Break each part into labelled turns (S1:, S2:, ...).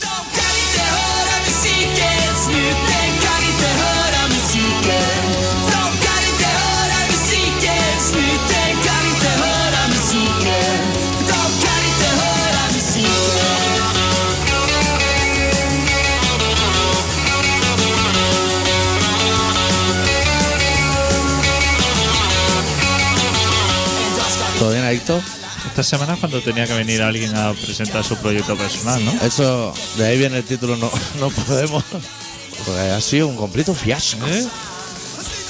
S1: De kan inte höra musiken, snuten kan inte höra musiken. De kan inte höra musiken, snuten kan inte höra musiken. De kan inte höra musiken.
S2: ¿Todo bien, Adicto?
S3: Esta semana es cuando tenía que venir alguien a presentar su proyecto personal, ¿no?
S2: Eso, de ahí viene el título No, no Podemos. Porque ha sido un completo fiasco.
S3: ¿Eh?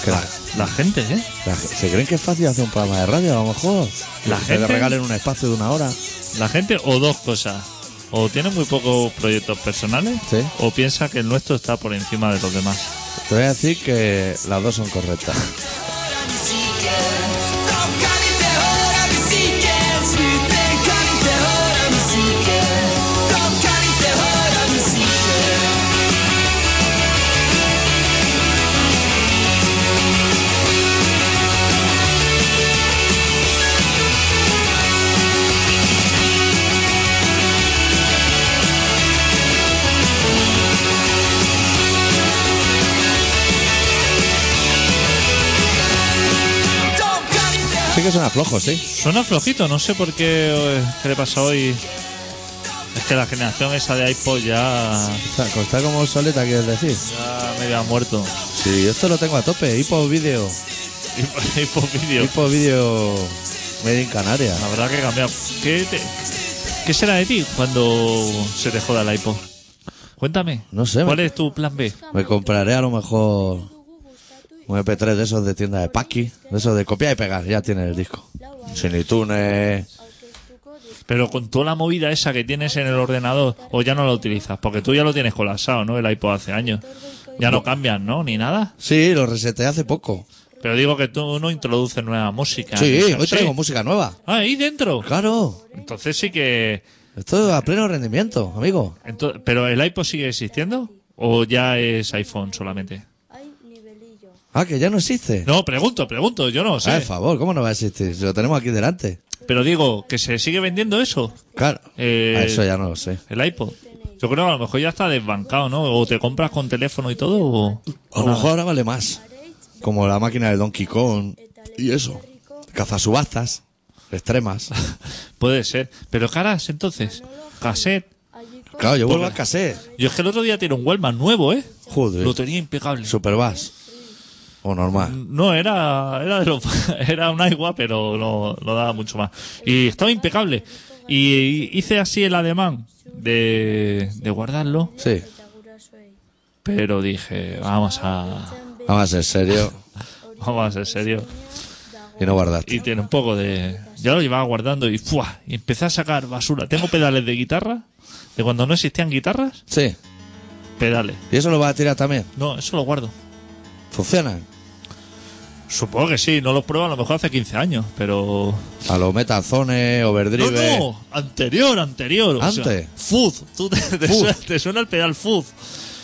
S2: Que la-
S3: La gente, ¿eh?
S2: la- ¿Se creen que es fácil hacer un programa de radio a lo mejor?
S3: La
S2: que
S3: gente-
S2: te regalen un espacio de una hora.
S3: La gente o dos cosas. O tiene muy pocos proyectos personales
S2: Sí.
S3: o piensa que el nuestro está por encima de los demás.
S2: Te voy a decir que las dos son correctas.
S1: De kan inte höra musiken, snuten kan inte höra musiken. De kan inte höra musiken. De kan inte höra
S2: Sí que suena flojo, sí.
S3: Suena flojito, no sé por qué, eh, qué le pasa hoy. Es que la generación esa de iPod ya,
S2: Está, está como obsoleta, quieres decir.
S3: ya medio ha muerto.
S2: Sí, yo esto lo tengo a tope. Hipo video.
S3: iPod vídeo.
S2: Hipo video. Made in Canarias.
S3: Habrá que cambiar. ¿Qué, te- qué será de ti cuando se te joda el iPod? Cuéntame.
S2: No sé,
S3: ¿Cuál
S2: me-
S3: es tu plan B?
S2: Me compraré a lo mejor un MP3 de esos de tienda de Paki. De esos de copiar y pegar. Ya tiene el disco. Sin iTunes.
S3: Pero con toda la movida esa que tienes en el ordenador, o ya no la utilizas, porque tú ya lo tienes colapsado, ¿no? El iPod hace años. Ya no cambian, ¿no? Ni nada.
S2: Sí, lo reseté hace poco.
S3: Pero digo que tú no introduces nueva música.
S2: Sí,
S3: Eso
S2: hoy traigo
S3: sí.
S2: música nueva.
S3: Ah, ahí dentro.
S2: Claro.
S3: Entonces sí que.
S2: Esto es a pleno rendimiento, amigo.
S3: ento- Pero el iPod sigue existiendo, o ya es iPhone solamente.
S4: Hay nivelillo.
S2: Ah, que ya no existe.
S3: No, pregunto, pregunto, yo no
S2: Ah,
S3: sé.
S2: por favor, ¿cómo no va a existir? Si lo tenemos aquí delante.
S3: Pero digo, que se sigue vendiendo eso.
S2: Claro.
S3: Eh,
S2: Ah, Eso ya no lo sé.
S3: El iPod. Yo creo que a lo mejor ya está desbancado, ¿no? O te compras con teléfono y todo, o.
S2: A lo mejor ahora vale más. Como la máquina de Donkey Kong y eso. Cazasubastas. Extremas.
S3: Puede ser. Pero caras, entonces. Cassette.
S4: Allí con
S2: Claro, yo vuelvo
S3: Porque-
S2: a casé.
S3: Yo es que el otro día tiene un Wallman nuevo, ¿eh?
S2: Joder.
S3: Lo tenía impecable.
S2: Superbass. O normal.
S3: No, era, era, de los, era un agua, pero lo, lo daba mucho más. Y estaba impecable. Y hice así el ademán de, de guardarlo,
S2: Sí.
S3: pero dije, vamos a,
S2: Vamos en serio.
S3: vamos a ser serios.
S2: Y no guardaste.
S3: Y tiene un poco de... Ya lo llevaba guardando y ¡fua! Y empecé a sacar basura. Tengo pedales de guitarra, de cuando no existían guitarras,
S2: Sí.
S3: pedales.
S2: ¿Y eso lo vas a tirar también?
S3: No, eso lo guardo.
S2: ¿Funcionan?
S3: Supongo que sí, no los pruebo a lo mejor hace 15 años, pero...
S2: A los metazones,
S3: No,
S2: overdrive.
S3: no, anterior, anterior. o sea,
S2: Antes.
S3: Fuzz, tú te, te
S2: Fuzz.
S3: suena, te suena el pedal Fuzz.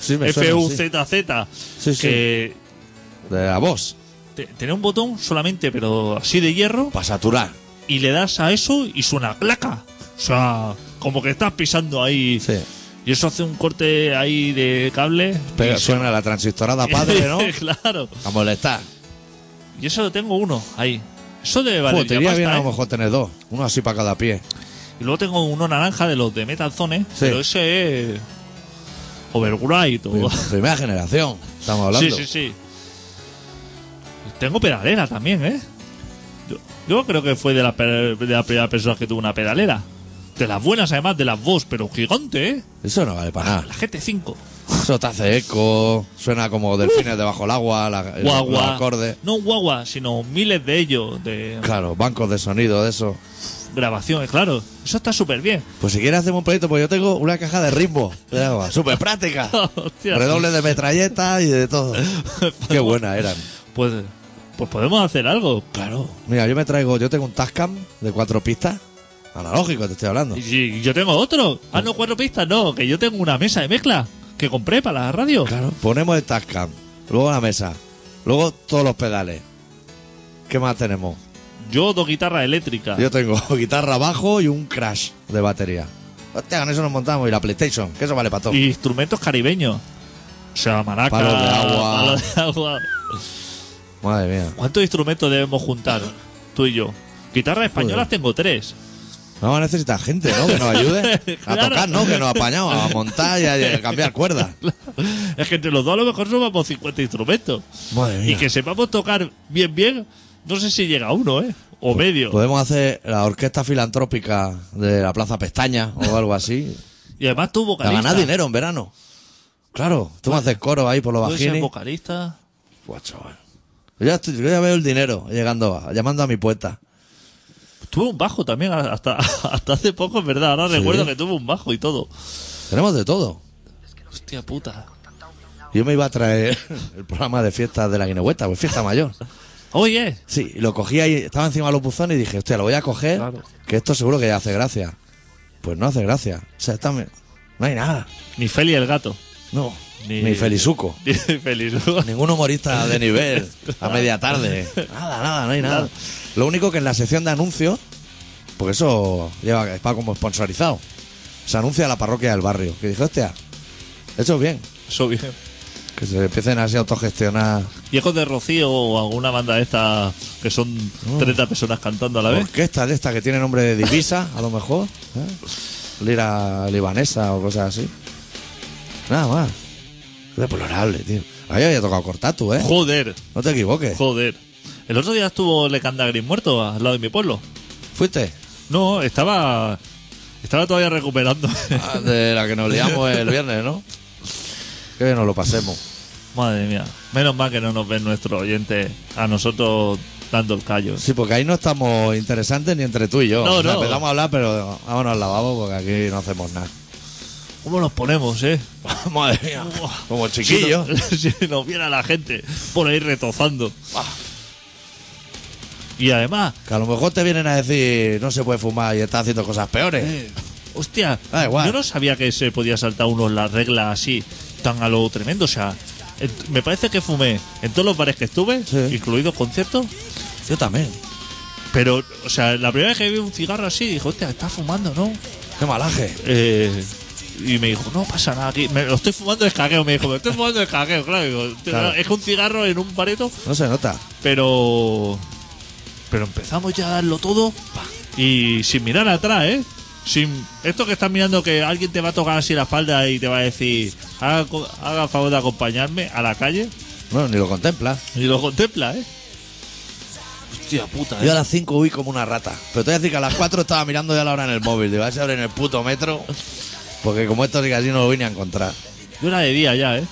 S2: Sí, me suena, sí.
S3: F-U-Z-Z.
S2: Sí, sí.
S3: Que
S2: De la voz.
S3: te- tenía un botón solamente, pero así de hierro,
S2: Para saturar.
S3: y le das a eso y suena claca. O sea, como que estás pisando ahí.
S2: Sí.
S3: Y eso hace un corte ahí de cable.
S2: Pero
S3: y se-
S2: suena la transistorada padre, ¿no?
S3: claro.
S2: A molestar.
S3: Y eso lo tengo uno ahí. Eso debe valer
S2: Joder, te iría
S3: ya
S2: bien
S3: pasta,
S2: a lo
S3: ¿eh?
S2: mejor tener dos. Uno así para cada pie.
S3: Y luego tengo uno naranja de los de Metal Zone,
S2: Sí.
S3: pero ese es. Overground y todo.
S2: Primera generación. Estamos hablando.
S3: Sí, sí, sí. Tengo pedalera también, ¿eh? Yo, yo creo que fue de la, pe- de la primera persona que tuvo una pedalera. De las buenas, además, de las Boss, pero gigante, ¿eh?
S2: Eso no vale para nada.
S3: La GT5.
S2: Eso te hace eco, suena como delfines debajo del agua, la, el- los
S3: Guagua.
S2: acordes.
S3: No guagua, sino miles de ellos, de
S2: Claro, bancos de sonido, de eso.
S3: grabaciones, claro. Eso está súper bien.
S2: Pues si quieres hacemos un proyecto, pues yo tengo una caja de ritmo de agua, súper práctica.
S3: Hostia.
S2: Redoble de metralleta y de todo. Qué buena eran.
S3: Pues, pues podemos hacer algo. Claro.
S2: Mira, yo me traigo, yo tengo un Tascam de cuatro pistas, analógico te estoy hablando.
S3: Y, y yo tengo otro. Ah, no, cuatro pistas, no, que yo tengo una mesa de mezcla. que compré para la radio.
S2: Claro, ponemos el Tascam, luego la mesa, luego todos los pedales. ¿Qué más tenemos?
S3: Yo dos guitarras eléctricas.
S2: Yo tengo guitarra bajo y un crash de batería. Hostia, con eso nos montamos y la PlayStation, que eso vale para todo.
S3: Y instrumentos caribeños. O sea, maraca,
S2: Palos de agua.
S3: palos de agua.
S2: Madre mía.
S3: ¿Cuántos instrumentos debemos juntar tú y yo? Guitarras españolas
S2: Joder.
S3: tengo tres.
S2: Vamos a necesitar gente, ¿no? Que nos ayude a
S3: Claro.
S2: tocar, ¿no? Que nos apañamos, a montar y a, a cambiar cuerdas.
S3: Es que entre los dos a lo mejor sumamos 50 instrumentos.
S2: Madre
S3: Y
S2: mía.
S3: que sepamos tocar bien, bien, no sé si llega a uno, ¿eh? O
S2: Pues,
S3: medio.
S2: Podemos hacer la orquesta filantrópica de la Plaza Pestaña o algo así.
S3: y además tú
S2: Para
S3: vocalista.
S2: ganar dinero en verano. Claro, tú me haces coro ahí por los
S3: Puedes ser
S2: bajines.
S3: vocalista.
S2: Buah, chaval. Yo ya, estoy- yo ya veo el dinero llegando, a- llamando a mi puerta.
S3: Tuve un bajo también hasta, hasta hace poco, es verdad. Ahora recuerdo que tuve un bajo y todo.
S2: Tenemos de todo.
S3: Hostia puta.
S2: Yo me iba a traer el programa de fiestas de la Guinehueta, pues fiesta mayor.
S3: Oye,
S2: Sí, y lo cogí ahí, estaba encima de los buzones y dije, hostia, lo voy a coger,
S3: Claro.
S2: que esto seguro que ya hace gracia. Pues no hace gracia. O sea, está- no hay nada.
S3: ni Feli el gato.
S2: No.
S3: Ni-
S2: Ni, Felizuco.
S3: Ni Feli.
S2: Ningún humorista de nivel a media tarde. Nada, nada, no hay nada. Lo único que en la sección de anuncios, porque eso lleva, está como sponsorizado, se anuncia la parroquia del barrio. Que dije, hostia, eso es bien.
S3: Eso bien.
S2: Que se empiecen así a autogestionar
S3: Viejos de Rocío o alguna banda de estas que son 30 personas cantando a la vez.
S2: orquestas de estas que tiene nombre de divisa, a lo mejor. ¿eh? Lira libanesa o cosas así. Nada más. Qué deplorable, tío. Ahí había tocado Cortatu,
S3: Oh.
S2: ¿eh?
S3: Joder,
S2: No te equivoques.
S3: joder. El otro día estuvo Lecandagris muerto al lado de mi pueblo.
S2: ¿Fuiste?
S3: No, estaba. Estaba todavía recuperando.
S2: Ah, de la que nos liamos el viernes, ¿no? Que bien nos lo pasemos.
S3: Madre mía. Menos mal que no nos ven nuestros oyentes a nosotros dando el callo.
S2: Sí, porque ahí no estamos interesantes ni entre tú y yo.
S3: No,
S2: O sea,
S3: no.
S2: Empezamos a hablar, pero vámonos al lavabo porque aquí no hacemos nada.
S3: ¿Cómo nos ponemos, eh?
S2: Madre mía.
S3: Buah.
S2: Como
S3: Si
S2: chiquillo.
S3: nos- si nos viera la gente por ahí retozando.
S2: Ah.
S3: Y además,
S2: Que a lo mejor te vienen a decir no se puede fumar y estás haciendo cosas peores.
S3: hostia,
S2: Eh. Da igual.
S3: yo no sabía que se podía saltar uno las reglas así, tan a lo tremendo. O sea, en- me parece que fumé en todos los bares que estuve,
S2: Sí.
S3: incluidos conciertos.
S2: Yo también.
S3: Pero, o sea, la primera vez que vi un cigarro así, dije, hostia, está fumando, ¿no?
S2: Qué malaje.
S3: Eh, y me dijo, no pasa nada aquí. Me, lo estoy fumando de cagueo, me dijo, me estoy fumando de cagueo, claro. Digo,
S2: Claro.
S3: Es que un cigarro en un bareto,
S2: No se nota.
S3: pero. Pero empezamos ya a darlo todo. pa, Y sin mirar atrás, ¿eh? Sin esto que estás mirando que alguien te va a tocar así la espalda y te va a decir, haga, co- haga el favor de acompañarme a la calle.
S2: No, ni lo contempla.
S3: Y lo contempla, ¿eh? Hostia puta, ¿eh?
S2: Yo a las 5 huí como una rata. Pero te voy a decir que a las 4 estaba mirando ya la hora en el móvil. Digo, a ver si abren el puto metro. Porque como esto sí que así no lo vine a encontrar.
S3: Yo era de día ya, ¿eh?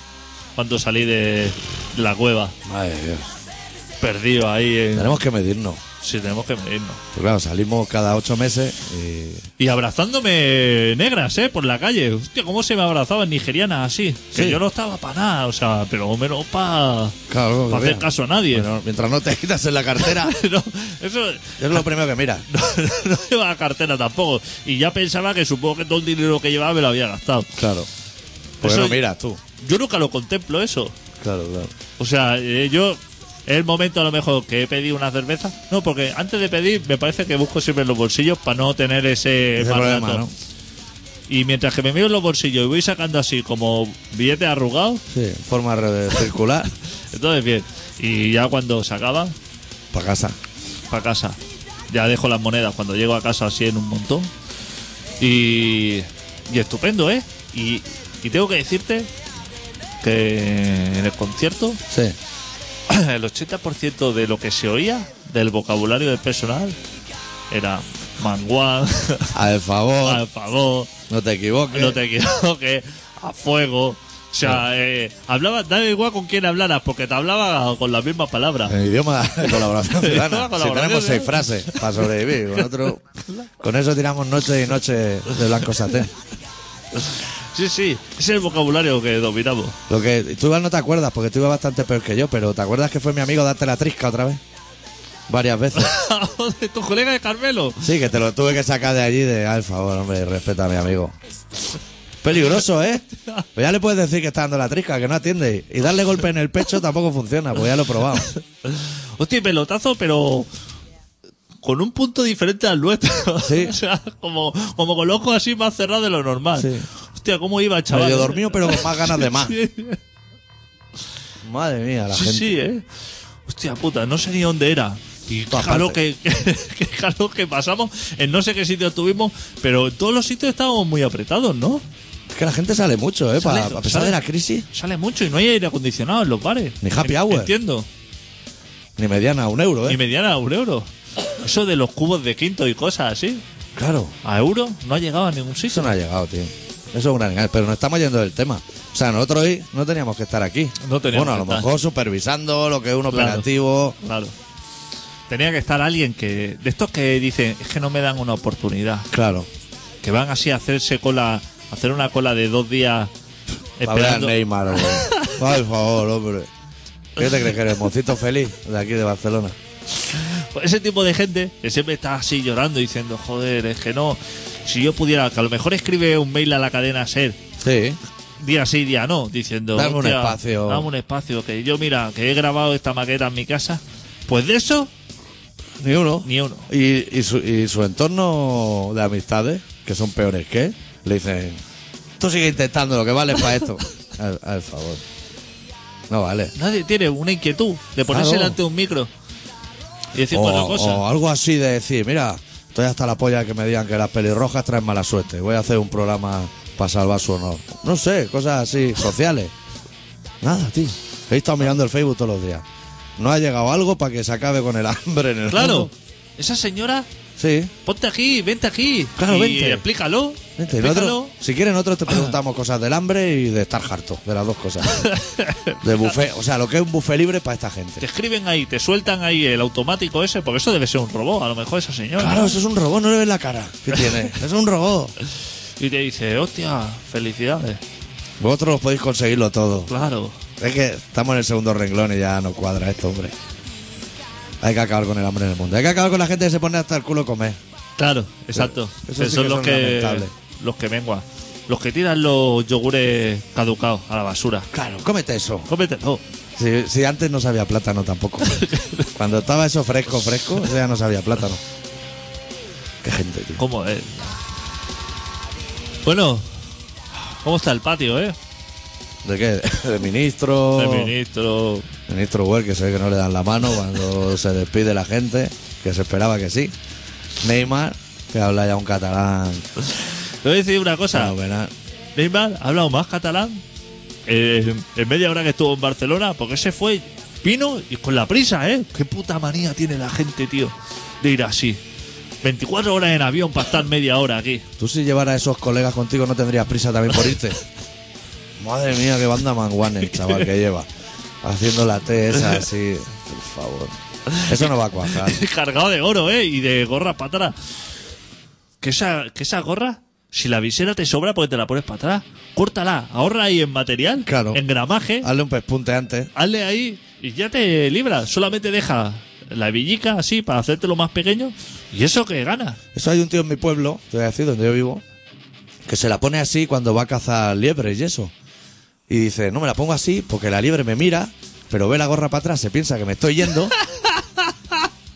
S3: Cuando salí de de la cueva,
S2: Madre de Dios.
S3: perdido ahí. eh.
S2: Tenemos que medirnos.
S3: Si tenemos que medirnos.
S2: Pues claro, salimos cada 8 meses y.
S3: Y abrazándome negras, ¿eh? Por la calle. Hostia, cómo se me abrazaban nigerianas así. Que
S2: Sí.
S3: yo no estaba para nada, o sea, pero menos para
S2: Claro, que
S3: pa hacer
S2: vean.
S3: caso a nadie.
S2: Bueno, mientras no te quitas en la cartera,
S3: No, eso
S2: es lo primero que miras.
S3: no, no llevaba cartera tampoco. Y ya pensaba que supongo que todo el dinero que llevaba me lo había gastado.
S2: Claro. Porque
S3: Eso-
S2: no miras tú.
S3: Yo nunca lo contemplo eso.
S2: Claro, claro.
S3: O sea, eh, yo. Es el momento a lo mejor que he pedido una cerveza. No, porque antes de pedir me parece que busco siempre en los bolsillos para no tener ese,
S2: Ese
S3: mal
S2: problema,
S3: rato.
S2: ¿no?
S3: Y mientras que me miro en los bolsillos y voy sacando así como billetes arrugados,
S2: Sí, en forma re- circular.
S3: entonces bien. Y ya cuando se acaba,
S2: Para casa.
S3: para casa. Ya dejo las monedas cuando llego a casa así en un montón. Y, y estupendo, ¿eh? Y, y tengo que decirte que en el concierto
S2: Sí.
S3: el 80% de lo que se oía del vocabulario del personal era manguán,
S2: Al favor,
S3: al favor.
S2: no te equivoques.
S3: Ah. no te equivoques, a fuego. O sea, eh, hablaba, da igual con quién hablaras, porque te hablaba con las mismas palabras.
S2: En idioma de colaboración ciudadana.
S3: Idioma de
S2: Si
S3: colaboración
S2: tenemos seis
S3: ciudadana.
S2: frases para sobrevivir, con, otro- con eso tiramos noche y noche de blanco satén.
S3: Sí, sí, ese es el vocabulario que dominamos.
S2: Lo que tú igual no te acuerdas, porque tú ibas bastante peor que yo, pero ¿te acuerdas que fue mi amigo darte la trisca otra vez? Varias veces.
S3: Joder, tu colega de Carmelo.
S2: Sí, que te lo tuve que sacar de allí de, al favor, hombre, respeta a mi amigo. Peligroso, ¿eh? Pues ya le puedes decir que está dando la trisca, que no atiende. Y darle golpe en el pecho tampoco funciona, pues ya lo he probado.
S3: Hostia, y pelotazo, pero con un punto diferente al nuestro.
S2: Sí.
S3: o sea, como, como con los ojos así más cerrados de lo normal.
S2: Sí.
S3: Hostia, ¿cómo iba, chaval?
S2: Medio dormido, pero con más ganas de más.
S3: Sí,
S2: Madre mía, la
S3: sí,
S2: gente.
S3: sí, ¿eh? Hostia puta, no sé ni dónde era. Y qué
S2: Todas
S3: calor que,
S2: partes.
S3: qué calor que pasamos. En no sé qué sitio estuvimos, pero en todos los sitios estábamos muy apretados, ¿no?
S2: Es que la gente sale mucho, ¿eh? Pa-
S3: Sale,
S2: a pesar
S3: sale.
S2: de la crisis,
S3: Sale mucho y no hay aire acondicionado en los bares.
S2: Ni happy
S3: En-
S2: hour.
S3: Entiendo.
S2: ni mediana, un euro,
S3: Y
S2: ¿eh?
S3: mediana a un euro. Eso de los cubos de quinto y cosas así.
S2: Claro,
S3: A euro no ha llegado a ningún sitio.
S2: eso no ha llegado, tío. Eso es una engaño, pero nos estamos yendo del tema. O sea, nosotros hoy no teníamos que estar aquí.
S3: No teníamos
S2: Bueno, a lo
S3: que estar.
S2: mejor supervisando lo que es un
S3: Claro.
S2: operativo.
S3: Claro. Tenía que estar alguien que. De estos que dicen, es que no me dan una oportunidad.
S2: Claro.
S3: Que van así a hacerse cola. a hacer una cola de dos días.
S2: A ver a
S3: Esperando.
S2: Neymar, hombre. Por favor, hombre. ¿Qué te crees que eres? Mocito feliz de aquí de Barcelona.
S3: Pues ese tipo de gente que siempre está así llorando diciendo, joder, es que no. Si yo pudiera, que a lo mejor escribe un mail a la cadena ser
S2: Sí.
S3: día sí, día no, diciendo.
S2: Dame un
S3: "Hostia,
S2: espacio".
S3: Dame un espacio. Que yo, mira, que he grabado esta maqueta en mi casa. Pues de eso,
S2: Ni uno.
S3: ni uno.
S2: Y, y, su, y su entorno de amistades, que son peores que él, le dicen: Tú sigue intentando lo que vale para esto. al, al favor. No vale.
S3: Nadie tiene una inquietud de ponerse
S2: Claro.
S3: delante de un micro y decir
S2: O,
S3: cuatro cosas.
S2: o algo así de decir: Mira, estoy hasta la polla que me digan que las pelirrojas traen mala suerte. Voy a hacer un programa para salvar su honor. No sé, cosas así, sociales. Nada, tío. He estado mirando el Facebook todos los días. No ha llegado algo para que se acabe con el hambre en el
S3: Claro,
S2: mundo.
S3: esa señora,
S2: Sí.
S3: ponte aquí, vente aquí.
S2: Claro,
S3: y
S2: vente.
S3: explícalo.
S2: Vente,
S3: explícalo.
S2: nosotros- si quieren, nosotros te preguntamos cosas del hambre y de estar harto, de las dos cosas. De buffet, o sea, lo que es un buffet libre para esta
S3: Te
S2: gente.
S3: escriben ahí, te sueltan ahí el automático ese, porque eso debe ser un robot, a lo mejor esa señora.
S2: Claro, eso es un robot, no le ves la cara que tiene. Es un robot.
S3: Y te dice, hostia, felicidades.
S2: Vosotros los podéis conseguirlo todo.
S3: Claro.
S2: Es que estamos en el segundo renglón y ya no cuadra esto, hombre. Hay que acabar con el hambre en el mundo. Hay que acabar con la gente que se pone hasta el culo a comer.
S3: Claro, exacto.
S2: Eso
S3: Que
S2: sí
S3: son
S2: que
S3: los
S2: son
S3: que
S2: lamentables.
S3: los que menguan. Los que tiran los yogures caducados a la basura.
S2: Claro, cómete eso.
S3: Cómetelo.
S2: Si, si antes no sabía plátano tampoco. Cuando estaba eso fresco, fresco, eso ya no sabía plátano. Qué gente, tío.
S3: ¿Cómo es? Bueno, ¿cómo está el patio, eh?
S2: ¿De qué? De ministro.
S3: El ministro.
S2: Ministro Huer, que se ve que no le dan la mano cuando se despide la gente, que se esperaba que sí. Neymar, que habla ya un catalán
S3: Te voy a decir una cosa.
S2: fenomenal.
S3: Neymar ha hablado más catalán eh, en media hora que estuvo en Barcelona, porque se fue, vino y con la prisa, ¿eh? Qué puta manía tiene la gente, tío, de ir así. 24 horas en avión para estar media hora aquí.
S2: Tú si llevaras a esos colegas contigo no tendrías prisa también por irte. Madre mía, qué banda manguanes, chaval, que lleva. Haciendo la T esa así. Por favor. Eso no va a cuajar.
S3: Cargado de oro, ¿eh? Y de gorras para atrás. Que esa, que esa gorra, si la visera te sobra porque te la pones para atrás, córtala, ahorra ahí en material,
S2: Claro. Ah.
S3: en gramaje,
S2: Hazle un pespunte antes.
S3: hazle ahí y ya te libras. Solamente deja la villica así para hacértelo más pequeño y eso que ganas.
S2: Eso hay un tío en mi pueblo, te voy a decir, donde yo vivo, que se la pone así cuando va a cazar liebres y eso. Y dice, no me la pongo así porque la liebre me mira, pero ve la gorra para atrás, se piensa que me estoy yendo.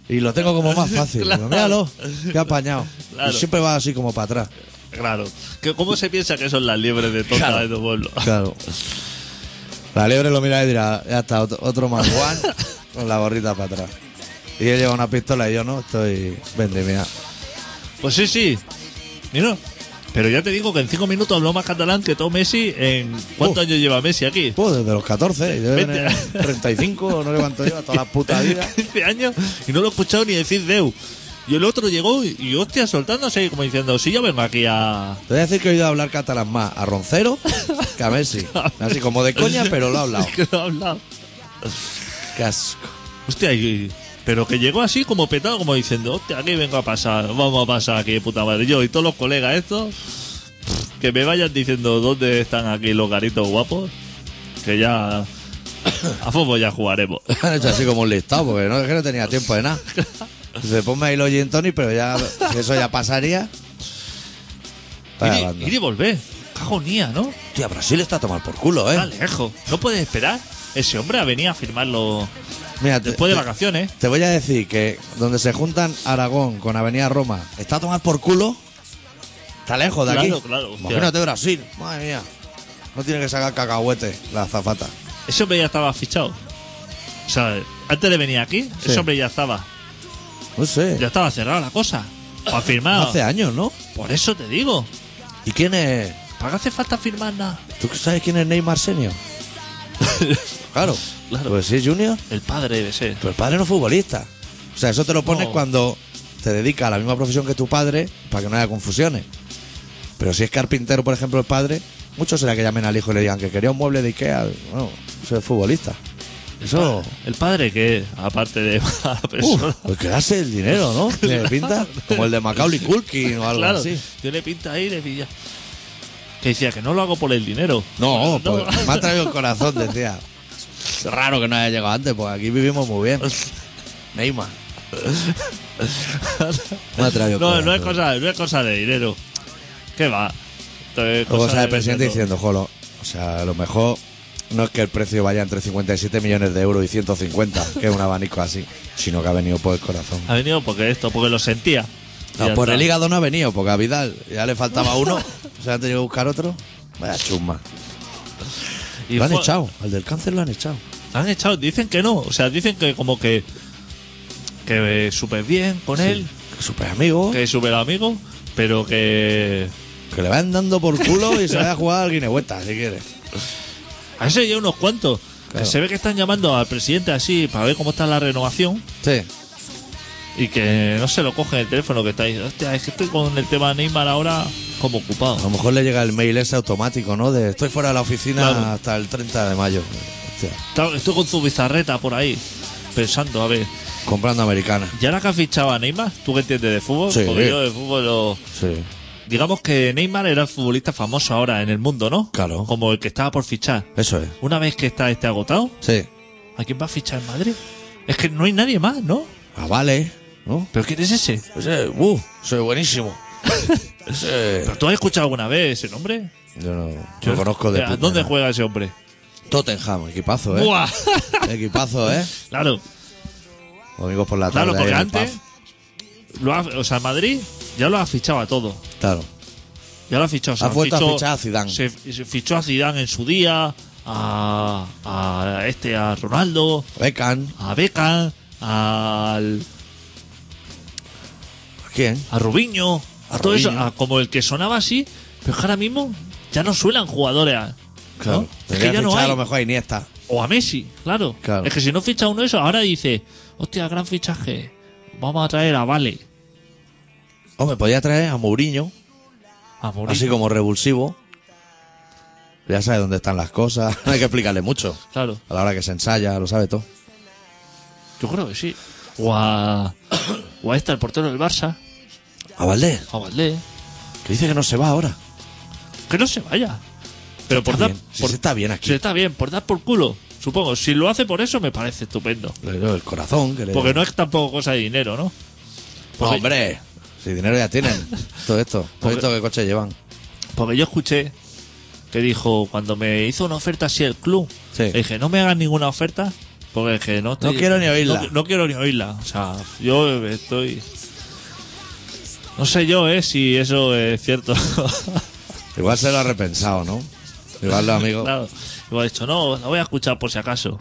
S2: y lo tengo como más fácil. Digo, Míralo, qué apañado.
S3: Claro.
S2: Y siempre va así como para atrás.
S3: Claro. Que- ¿Cómo se piensa que son las liebres de tonta
S2: Claro.
S3: de tu pueblo?
S2: Claro. La liebre lo mira y dirá, ya está, otro, otro más Juan con la gorrita para atrás. Y él lleva una pistola y yo no, estoy vendimia.
S3: Pues sí, sí. Mira. Pero ya te digo que en cinco minutos habló más catalán que todo Messi en... ¿Cuántos
S2: Uh.
S3: años lleva Messi aquí?
S2: Pues desde los 14, y debe
S3: Vete.
S2: tener 35, o no levanto yo, toda la puta vida.
S3: 15 años y no lo he escuchado ni decir Deu. Y el otro llegó y, y, hostia, soltándose y como diciendo, sí, yo vengo aquí a...
S2: Te voy a decir que he oído hablar catalán más a Roncero que a Messi. Así como de coña, pero lo ha hablado.
S3: que no he hablado.
S2: Qué asco.
S3: Hostia, y- pero que llegó así como petado, como diciendo, hostia, aquí vengo a pasar, vamos a pasar aquí, puta madre. Yo y todos los colegas estos, que me vayan diciendo dónde están aquí los garitos guapos, que ya a fútbol ya jugaremos.
S2: Han hecho así como un listado, porque no, es que no tenía tiempo de nada. Dice, ponme ahí los gin tonic, pero ya, si eso ya pasaría.
S3: Ir
S2: Vaya
S3: y-
S2: banda. Eh.
S3: ir y volver. cajonía, ¿no?
S2: Hostia, Brasil está a tomar por culo, ¿eh?
S3: Está lejos. No puedes esperar. Ese hombre a venir a firmarlo
S2: Mira, te-
S3: después de
S2: te-
S3: vacaciones.
S2: Te voy a decir que donde se juntan Aragón con Avenida Roma, está a tomar por culo. Está lejos de
S3: Claro,
S2: aquí.
S3: claro, hostia.
S2: Imagínate Brasil. Madre mía. No tiene que sacar cacahuete la zafata.
S3: Ese hombre ya estaba fichado. O sea, antes de venir aquí,
S2: Sí.
S3: ese hombre ya estaba.
S2: No sé.
S3: Ya estaba cerrada la cosa. O ha firmado.
S2: Hace años, ¿no?
S3: Por eso te digo.
S2: ¿Y quién es?
S3: ¿Para qué hace falta firmar nada?
S2: ¿Tú sabes quién es Neymar Senior? claro.
S3: Claro.
S2: Pues sí, Junior.
S3: El padre debe ser.
S2: Pero el padre no es futbolista. O sea, eso te lo pones
S3: No.
S2: cuando te dedicas a la misma profesión que tu padre para que no haya confusiones. Pero si es carpintero, por ejemplo, el padre, mucho será que llamen al hijo y le digan que quería un mueble de Ikea. Bueno, eso es futbolista. Eso.
S3: El padre que, aparte de mala persona.
S2: Uf, pues quedarse el dinero, ¿no? Tiene pinta. Como el de Macaulay Culkin o algo
S3: claro,
S2: así.
S3: yo le pinta ahí y le pilla. Que decía que no lo hago por el dinero.
S2: No, pues me ha traído el corazón, decía. Es raro que no haya llegado antes, porque aquí vivimos muy bien. Neymar. Me ha traído el
S3: No, no es
S2: corazón.
S3: cosa, no es cosa de dinero. ¿Qué va? Esto es
S2: Luego sale el presidente
S3: dinero.
S2: diciendo, jolo, o sea, a lo mejor no es que el precio vaya entre 57 millones de euros y 150, que es un abanico así, sino que ha venido por el corazón.
S3: Ha venido porque esto, porque lo sentía. Y ya
S2: No, por
S3: está.
S2: el hígado no ha venido, porque a Vidal ya le faltaba uno, o sea, ha tenido que buscar otro. Vaya chusma.
S3: Y
S2: lo han
S3: fue-
S2: echado, al del cáncer lo han echado.
S3: Lo han echado, dicen que no. O sea, dicen que como que. Que eh, súper bien con él,
S2: Super amigo,
S3: que es súper amigo, pero que.
S2: que le van dando por culo y se vaya a jugar al guinehueta, si quieres.
S3: A ese ya unos cuantos.
S2: Claro.
S3: Que se ve que están llamando al presidente así para ver cómo está la renovación
S2: Sí.
S3: y que no se lo cogen el teléfono que está ahí. Hostia, es que estoy con el tema de Neymar ahora como ocupado.
S2: A lo mejor le llega el mail ese automático, ¿no? De estoy fuera de la oficina
S3: Claro.
S2: hasta el 30 de mayo. Hostia,
S3: Está- Estoy con su bizarreta por ahí, pensando, a ver.
S2: comprando americana.
S3: ¿Y ahora que has fichado a Neymar? ¿Tú qué entiendes de fútbol?
S2: Sí.
S3: Porque yo de fútbol lo-
S2: Sí.
S3: Digamos que Neymar era el futbolista famoso ahora en el mundo, ¿no?
S2: Claro.
S3: Como el que estaba por fichar.
S2: Eso es.
S3: Una vez que está este agotado,
S2: Sí.
S3: ¿a quién va a fichar en Madrid? Es que no hay nadie más, ¿no?
S2: Ah, vale. ¿No?
S3: ¿Pero quién es ese?
S2: Ese, uh, soy buenísimo. Ese-
S3: ¿Pero tú has escuchado alguna vez ese nombre?
S2: yo no lo conozco de
S3: Espera,
S2: puta,
S3: ¿Dónde
S2: ¿no?
S3: juega ese hombre?
S2: Tottenham, equipazo, ¿eh?
S3: ¡Buah!
S2: Equipazo, ¿eh?
S3: claro,
S2: Domingos por la tarde.
S3: claro, porque
S2: ahí en el
S3: antes. Lo ha- o sea, Madrid ya lo ha fichado a todo.
S2: pub. Claro.
S3: Ya lo ha fichado. o sea,
S2: Ha vuelto a
S3: fichó-
S2: fichar a Zidane.
S3: Se, se fichó a Zidane en su día, a, a este, a Ronaldo,
S2: Beckham.
S3: a Beckham, al,
S2: ¿Quién?
S3: a Rubiño, a, todo eso,
S2: Rubiño.
S3: a como el que sonaba así, pero es que ahora mismo ya no suenan jugadores. ¿no?
S2: Claro.
S3: Es
S2: Tendría
S3: que
S2: que
S3: ya no
S2: fichar a
S3: hay.
S2: lo mejor a Iniesta.
S3: O a Messi, claro.
S2: Claro.
S3: Es que si no ficha uno de esos, ahora dice, hostia, gran fichaje, vamos a traer a Vale,
S2: Hombre, podía traer a Mourinho,
S3: a Mourinho.
S2: así como revulsivo. Ya sabe dónde están las cosas. No hay que explicarle mucho.
S3: Claro,
S2: A la hora que se ensaya, lo sabe todo.
S3: yo creo que sí. O a, o a este, el portero del Barça,
S2: A Ah, Valdés,
S3: a Valdés.
S2: que dice que no se va ahora.
S3: Que no se vaya. Pero por
S2: Está
S3: dar.
S2: bien. Si
S3: por-
S2: se está bien aquí.
S3: se está bien, por dar por culo. Supongo, si lo hace por eso me parece estupendo.
S2: Le dio El corazón que le
S3: Porque no es tampoco cosa de dinero, ¿no?
S2: No,
S3: Porque-
S2: hombre, si dinero ya tienen, todo esto, todo
S3: Porque-
S2: esto que coche llevan.
S3: Porque yo escuché que dijo, cuando me hizo una oferta así el club,
S2: Sí.
S3: le dije, no me hagas ninguna oferta, porque es que no estoy-
S2: No quiero ni oírla.
S3: No, no quiero ni oírla. O sea, yo estoy... No sé yo, ¿eh? Si eso es cierto.
S2: Igual se lo ha repensado, ¿no? Igual los amigos.
S3: claro. Igual he dicho, no, la voy a escuchar por si acaso.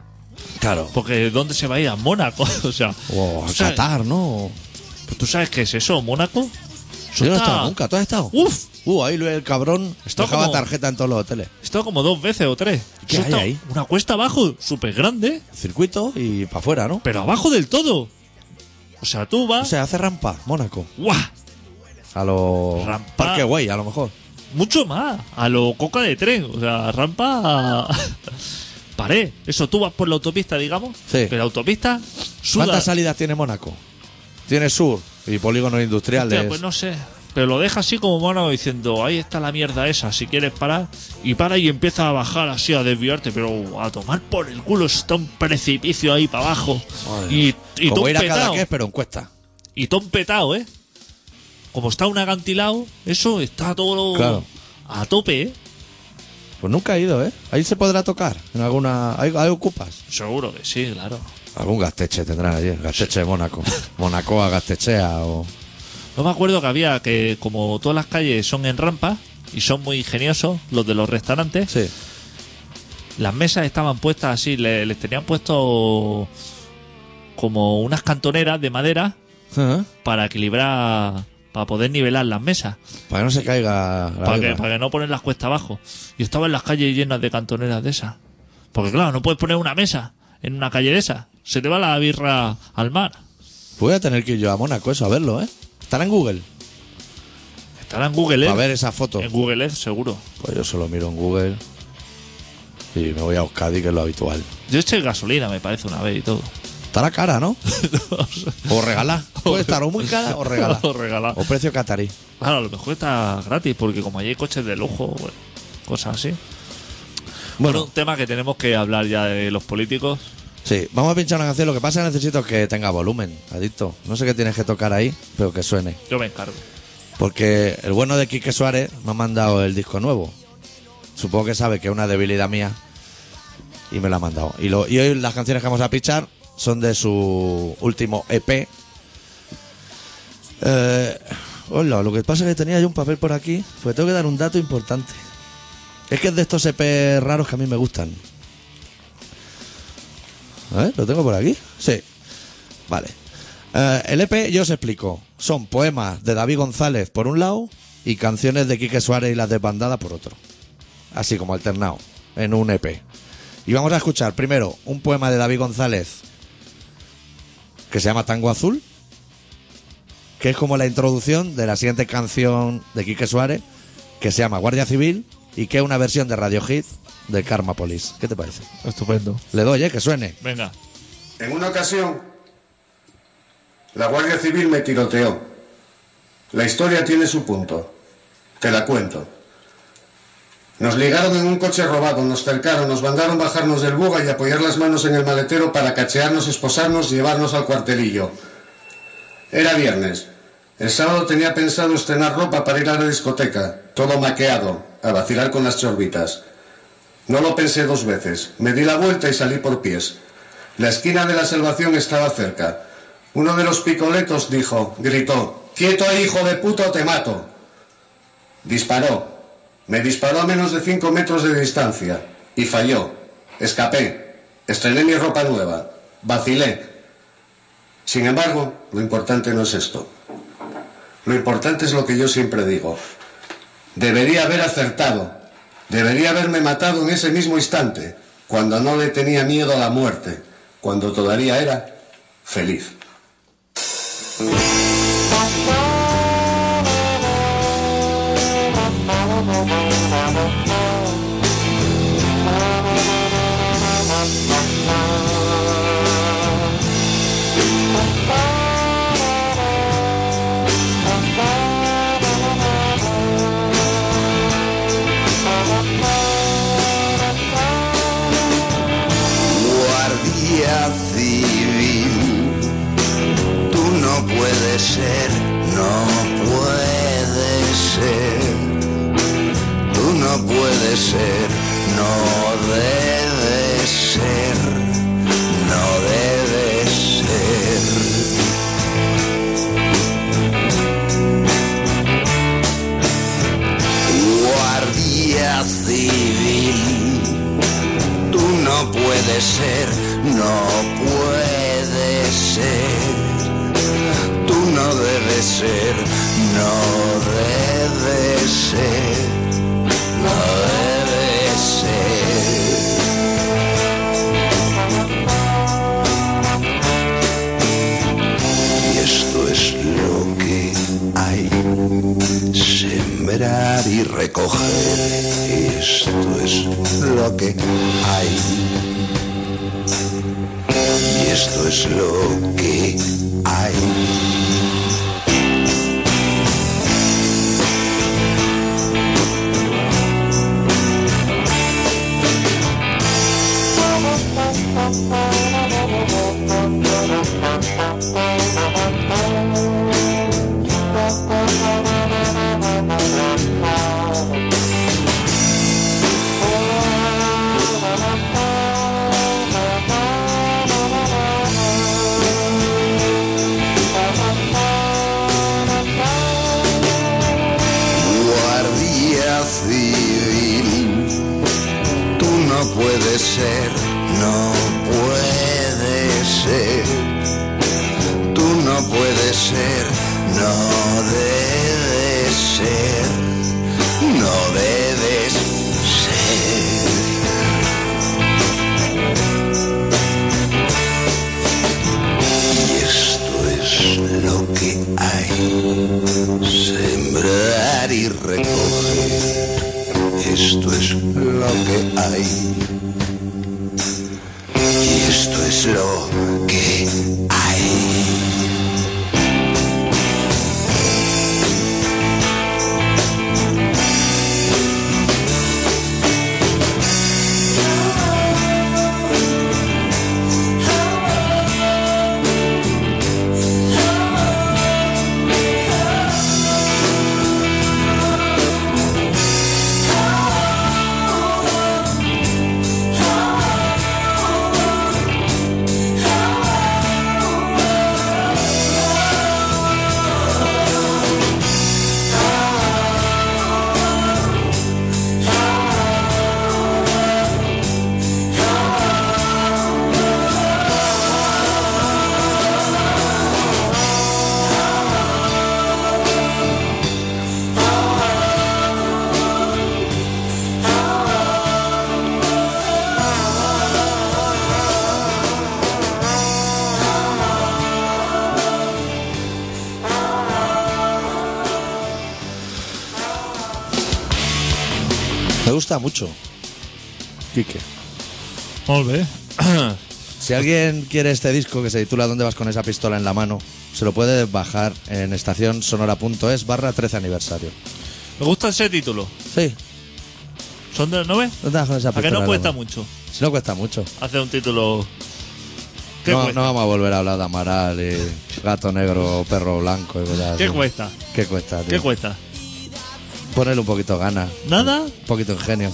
S2: Claro.
S3: Porque ¿dónde se va a ir? A Mónaco. O sea,
S2: O a
S3: ¿tú sabes-
S2: Qatar, ¿no?
S3: pues ¿Tú sabes qué es eso? ¿Mónaco? Eso
S2: Yo no he
S3: está-
S2: estado nunca, ¿tú has estado?
S3: Uf,
S2: Uh, ahí el cabrón
S3: Está
S2: dejaba
S3: como-
S2: tarjeta en todos los hoteles.
S3: he estado como dos veces o tres.
S2: ¿Qué
S3: Eso
S2: hay
S3: está-
S2: ahí?
S3: Una cuesta abajo, súper grande,
S2: Circuito y para afuera, ¿no?
S3: pero abajo del todo. O sea, tú
S2: O
S3: vas.
S2: sea, hace rampa, Mónaco.
S3: ¡guau!
S2: A los
S3: Rampa.
S2: Parque Güey, a lo mejor.
S3: Mucho más. A lo coca de tren. O sea, rampa. a- Paré. Eso tú vas por la autopista, digamos.
S2: Sí.
S3: Pero la autopista. Suda.
S2: ¿Cuántas salidas tiene Mónaco? Tiene sur y polígonos industriales.
S3: Hostia, pues no sé. Pero lo deja así como mono diciendo, ahí está la mierda esa, si quieres parar. Y para y empieza a bajar así, a desviarte, pero a tomar por el culo, está un precipicio ahí para abajo.
S2: Madre
S3: Y, y
S2: Como
S3: todo
S2: ir a cada
S3: petado.
S2: que pero en cuesta.
S3: Y todo petado, ¿eh? Como está un acantilado, eso está todo
S2: Claro.
S3: a tope, ¿eh?
S2: Pues nunca he ido, ¿eh? Ahí se podrá tocar. En alguna. Ahí, ahí ocupas.
S3: Seguro que sí, claro.
S2: Algún gasteche tendrán allí. Gasteche de Mónaco. Monacoa, gastechea o.
S3: No me acuerdo que había que, como todas las calles son en rampa y son muy ingeniosos los de los restaurantes,
S2: Sí.
S3: las mesas estaban puestas así, le- les tenían puesto como unas cantoneras de madera
S2: Ajá.
S3: para equilibrar, para poder nivelar las mesas,
S2: Para que no se caiga la
S3: para que,
S2: vida.
S3: para que no poner las cuestas abajo. Y estaba en las calles llenas de cantoneras de esas. Porque claro, no puedes poner una mesa en una calle de esas. Se te va la birra al mar.
S2: Voy a tener que ir yo a Mónaco eso a verlo, ¿eh? Estará en Google.
S3: Estará en Google
S2: Para
S3: Earth.
S2: ver esa foto.
S3: En Google Earth, seguro.
S2: Pues yo solo miro en Google. Y me voy a Euskadi, que es lo habitual.
S3: Yo eché gasolina, me parece, una vez y todo.
S2: Estará cara, ¿no? O regalá. Puede estar o muy cara o regalá.
S3: O regalá.
S2: O precio catarí.
S3: Claro, a lo mejor está gratis, porque como allí hay coches de lujo, bueno, cosas así. Bueno,
S2: Bueno,
S3: un tema que tenemos que hablar ya de los políticos.
S2: sí, vamos a pinchar una canción. Lo que pasa es que necesito que tenga volumen, adicto. No sé qué tienes que tocar ahí, pero que suene.
S3: Yo me encargo.
S2: Porque el bueno de Quique Suárez me ha mandado el disco nuevo. Supongo que sabe que es una debilidad mía. Y me lo ha mandado. Y, lo- y hoy las canciones que vamos a pichar son de su último EP. Eh, hola, lo que pasa es que tenía yo un papel por aquí. Pues tengo que dar un dato importante. Es que es de estos EP raros que a mí me gustan. A ver, ¿Lo tengo por aquí? Sí. Vale. Eh, el EP, yo os explico. Son poemas de David González por un lado y canciones de Quique Suárez y las desbandadas por otro. Así como alternado, en un EP. Y vamos a escuchar primero un poema de David González que se llama Tango Azul, que es como la introducción de la siguiente canción de Quique Suárez que se llama Guardia Civil y que es una versión de Radio Hit de Karma Police. ¿Qué te parece?
S3: Estupendo.
S2: Le doy, eh, que suene.
S3: Venga.
S5: En una ocasión, la Guardia Civil me tiroteó. La historia tiene su punto. Te la cuento. Nos ligaron en un coche robado, nos cercaron, nos mandaron bajarnos del buga y apoyar las manos en el maletero para cachearnos, esposarnos y llevarnos al cuartelillo. Era viernes. El sábado tenía pensado estrenar ropa para ir a la discoteca, todo maqueado, a vacilar con las chorbitas. No lo pensé dos veces. Me di la vuelta y salí por pies. La esquina de la salvación estaba cerca. Uno de los picoletos dijo, gritó, quieto ahí, hijo de puta, o te mato. Disparó. Me disparó a menos de cinco metros de distancia y falló. Escapé. Estrené mi ropa nueva. Vacilé. Sin embargo, lo importante no es esto. Lo importante es lo que yo siempre digo. Debería haber acertado. Debería haberme matado en ese mismo instante, cuando no le tenía miedo a la muerte, cuando todavía era feliz.
S6: Guardia civil, tú no puedes ser, no puedes ser, tú no puedes ser, no debes ser, no debes ser. Guardia civil. Tú no puedes ser, no puedes ser. Tú no debes ser, no debes ser, no debes ser. Y esto es lo que hay. Sembrar y recoger, esto es lo que hay. Y esto es lo que hay.
S5: Guardia
S6: no puede ser, no puede ser. Tú no puedes ser, no debes ser, no debes ser. Y esto es lo que hay. Sembrar y recoger. Esto es lo que hay. Y esto es lo que hay.
S2: Me gusta mucho. Quique.
S3: Molt bé.
S2: Si alguien quiere este disco que se titula ¿Dónde vas con esa pistola en la mano? Se lo puede bajar en estacionsonora.es barra 13 aniversario.
S3: Me gusta ese título.
S2: Sí,
S3: ¿Son de, ¿No ves?
S2: ¿dónde vas con esa
S3: ¿A
S2: pistola?
S3: que no
S2: en la
S3: cuesta
S2: mano?
S3: mucho
S2: Si no cuesta mucho.
S3: hacer un título? ¿Qué
S2: No,
S3: cuesta?
S2: no vamos a volver a hablar de Amaral y gato negro, perro blanco y cosas
S3: ¿Qué
S2: así.
S3: cuesta?
S2: ¿Qué cuesta,
S3: ¿Qué
S2: tío?
S3: cuesta?
S2: Ponerle un poquito ganas.
S3: Nada.
S2: Un poquito ingenio.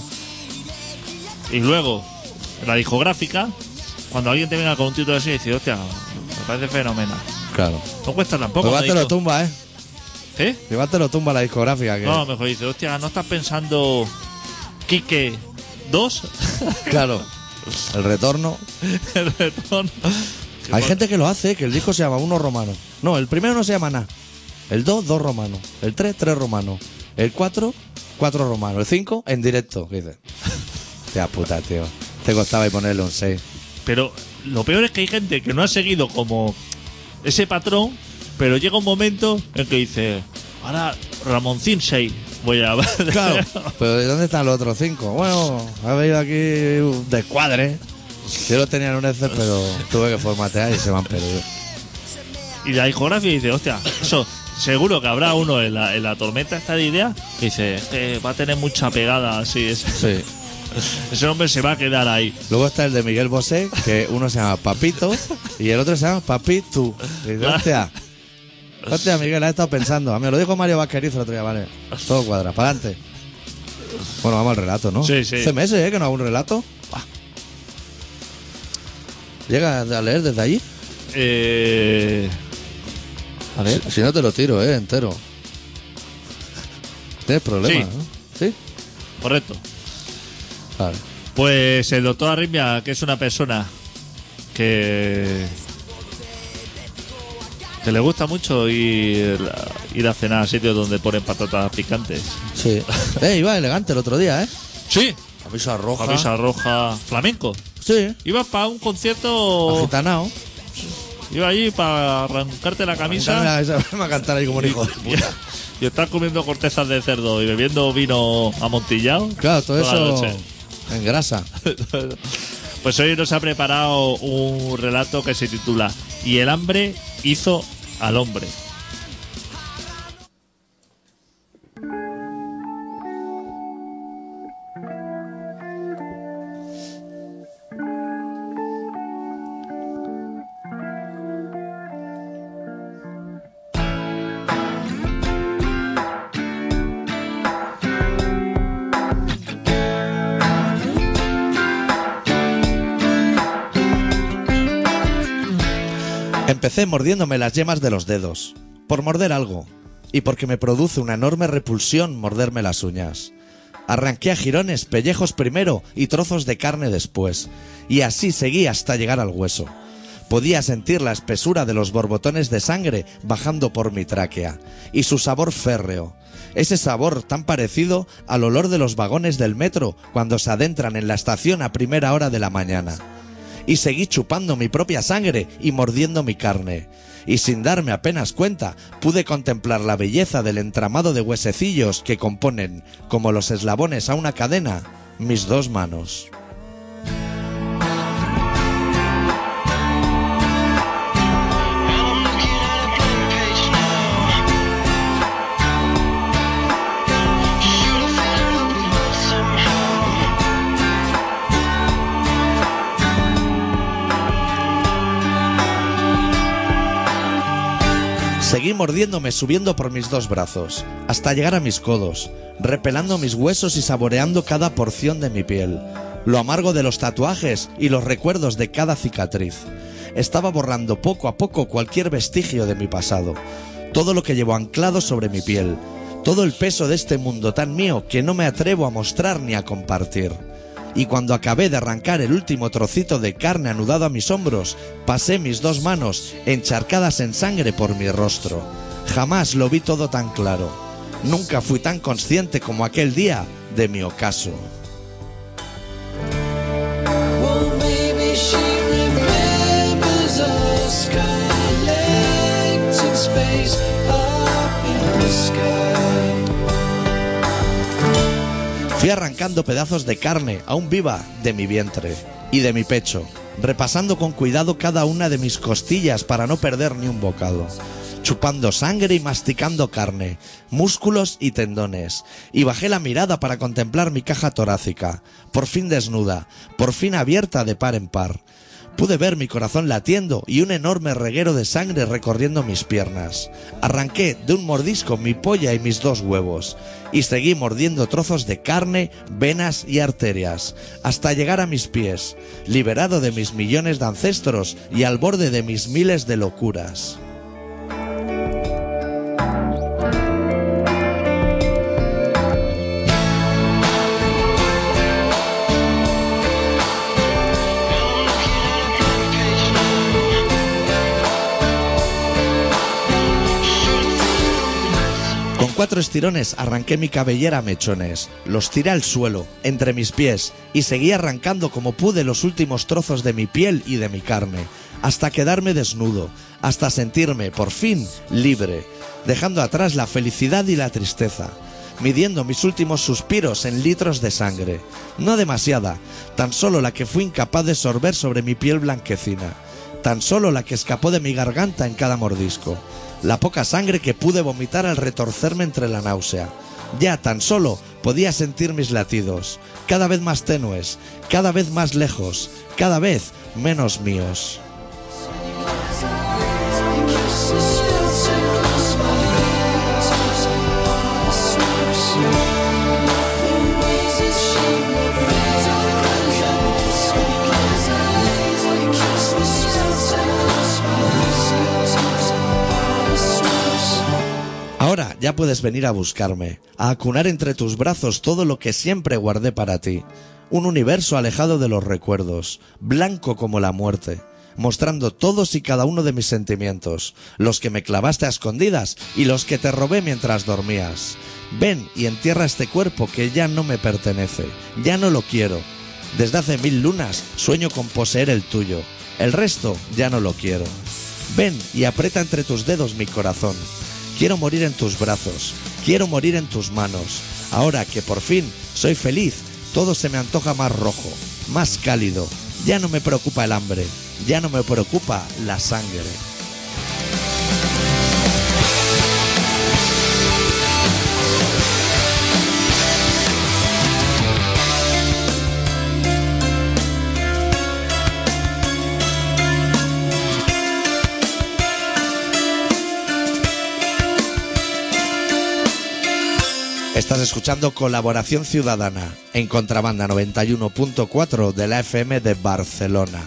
S3: Y luego, la discográfica, cuando alguien te venga con un título así y dice, hostia, me parece fenomenal.
S2: Claro.
S3: No cuesta tampoco.
S2: Pero igual
S3: te
S2: te lo
S3: digo.
S2: tumba, ¿eh?
S3: ¿Eh?
S2: Igual te lo tumba la discográfica. Que...
S3: No, mejor dice, hostia, ¿no estás pensando Quique 2?
S2: Claro. El retorno.
S3: El retorno.
S2: Hay gente que lo hace, que el disco se llama uno romano. No, el primero no se llama nada. El 2, 2 romano. El 3, 3 romano. El 4, 4 romano. El 5, en directo. ¿Qué dices? Te puta, tío. Te costaba y ponerle un 6.
S3: Pero lo peor es que hay gente que no ha seguido como ese patrón, pero llega un momento en que dice, ahora Ramoncín 6 voy a...
S2: Claro. Pero ¿de dónde están los otros 5? Bueno, ha venido aquí un descuadre. Yo lo tenía en un Excel, pero tuve que formatear y se me han perdido.
S3: Y la discografía dice, hostia, eso, seguro que habrá uno en la, en la tormenta esta de ideas que dice, "Es que va a tener mucha pegada, así, ese,
S2: Sí.
S3: ese hombre se va a quedar ahí.
S2: Luego está el de Miguel Bosé, que uno se llama Papito y el otro se llama Papito. Y dice, hostia, hostia, Miguel, has estado pensando. A mí me lo dijo Mario Vasqueriz el otro día, vale. Todo cuadra, para adelante. Bueno, vamos al relato, ¿no?
S3: Sí, sí.
S2: Hace meses, ¿eh? Que no hago un relato. Ah. Llega a leer desde allí.
S3: Eh,
S2: A ver. Si, si no te lo tiro, ¿eh? Entero. Tienes problemas,
S3: Sí.
S2: ¿no? Sí.
S3: correcto.
S2: Vale.
S3: Pues el doctor Arritmia, que es una persona que, que le gusta mucho ir, ir a cenar a sitios donde ponen patatas picantes.
S2: Sí. eh, iba elegante el otro día, ¿eh?
S3: Sí.
S2: Camisa roja.
S3: Camisa roja, flamenco.
S2: Sí.
S3: Iba para un
S2: Oh.
S3: concierto,
S2: Agitanao.
S3: iba allí para arrancarte la camisa.
S2: Esa- esa- me va a cantar ahí como un hijo de
S3: Y,
S2: puta.
S3: y estar comiendo cortezas de cerdo y bebiendo vino amontillado.
S2: Claro, todo
S3: toda
S2: eso
S3: la noche.
S2: en grasa.
S3: Pues hoy nos ha preparado un relato que se titula Y el hambre hizo al hombre.
S2: Empecé mordiéndome las yemas de los dedos, por morder algo, y porque me produce una enorme repulsión morderme las uñas. Arranqué a jirones, pellejos primero y trozos de carne después. Y así seguí hasta llegar al hueso. Podía sentir la espesura de los borbotones de sangre bajando por mi tráquea. Y su sabor férreo. Ese sabor tan parecido al olor de los vagones del metro cuando se adentran en la estación a primera hora de la mañana y seguí chupando mi propia sangre y mordiendo mi carne. Y sin darme apenas cuenta, pude contemplar la belleza del entramado de huesecillos que componen, como los eslabones a una cadena, mis dos manos. Seguí mordiéndome subiendo por mis dos brazos, hasta llegar a mis codos, repelando mis huesos y saboreando cada porción de mi piel, lo amargo de los tatuajes y los recuerdos de cada cicatriz. Estaba borrando poco a poco cualquier vestigio de mi pasado, todo lo que llevo anclado sobre mi piel, todo el peso de este mundo tan mío que no me atrevo a mostrar ni a compartir y cuando acabé de arrancar el último trocito de carne anudado a mis hombros, pasé mis dos manos encharcadas en sangre por mi rostro. Jamás lo vi todo tan claro. Nunca fui tan consciente como aquel día de mi ocaso.
S1: Well, maybe she remembers us collecting space up in the sky.
S2: Fui arrancando pedazos de carne, aún viva, de mi vientre y de mi pecho, repasando con cuidado cada una de mis costillas para no perder ni un bocado, chupando sangre y masticando carne, músculos y tendones, y bajé la mirada para contemplar mi caja torácica, por fin desnuda, por fin abierta de par en par. Pude ver mi corazón latiendo y un enorme reguero de sangre recorriendo mis piernas. Arranqué de un mordisco mi polla y mis dos huevos y seguí mordiendo trozos de carne, venas y arterias hasta llegar a mis pies, liberado de mis millones de ancestros y al borde de mis miles de locuras. Con cuatro estirones arranqué mi cabellera a mechones, los tiré al suelo, entre mis pies, y seguí arrancando como pude los últimos trozos de mi piel y de mi carne, hasta quedarme desnudo, hasta sentirme, por fin, libre, dejando atrás la felicidad y la tristeza, midiendo mis últimos suspiros en litros de sangre, no demasiada, tan solo la que fui incapaz de sorber sobre mi piel blanquecina tan solo la que escapó de mi garganta en cada mordisco, la poca sangre que pude vomitar al retorcerme entre la náusea. Ya tan solo podía sentir mis latidos, cada vez más tenues, cada vez más lejos, cada vez menos míos. Ahora ya puedes venir a buscarme, a acunar entre tus brazos todo lo que siempre guardé para ti. Un universo alejado de los recuerdos, blanco como la muerte, mostrando todos y cada uno de mis sentimientos, los que me clavaste a escondidas y los que te robé mientras dormías. Ven y entierra este cuerpo que ya no me pertenece, ya no lo quiero. Desde hace mil lunas sueño con poseer el tuyo, el resto ya no lo quiero. Ven y aprieta entre tus dedos mi corazón. Quiero morir en tus brazos, quiero morir en tus manos. Ahora que por fin soy feliz, todo se me antoja más rojo, más cálido. Ya no me preocupa el hambre, ya no me preocupa la sangre. Estás escuchando Colaboración Ciudadana en Contrabanda 91.4 de la FM de Barcelona.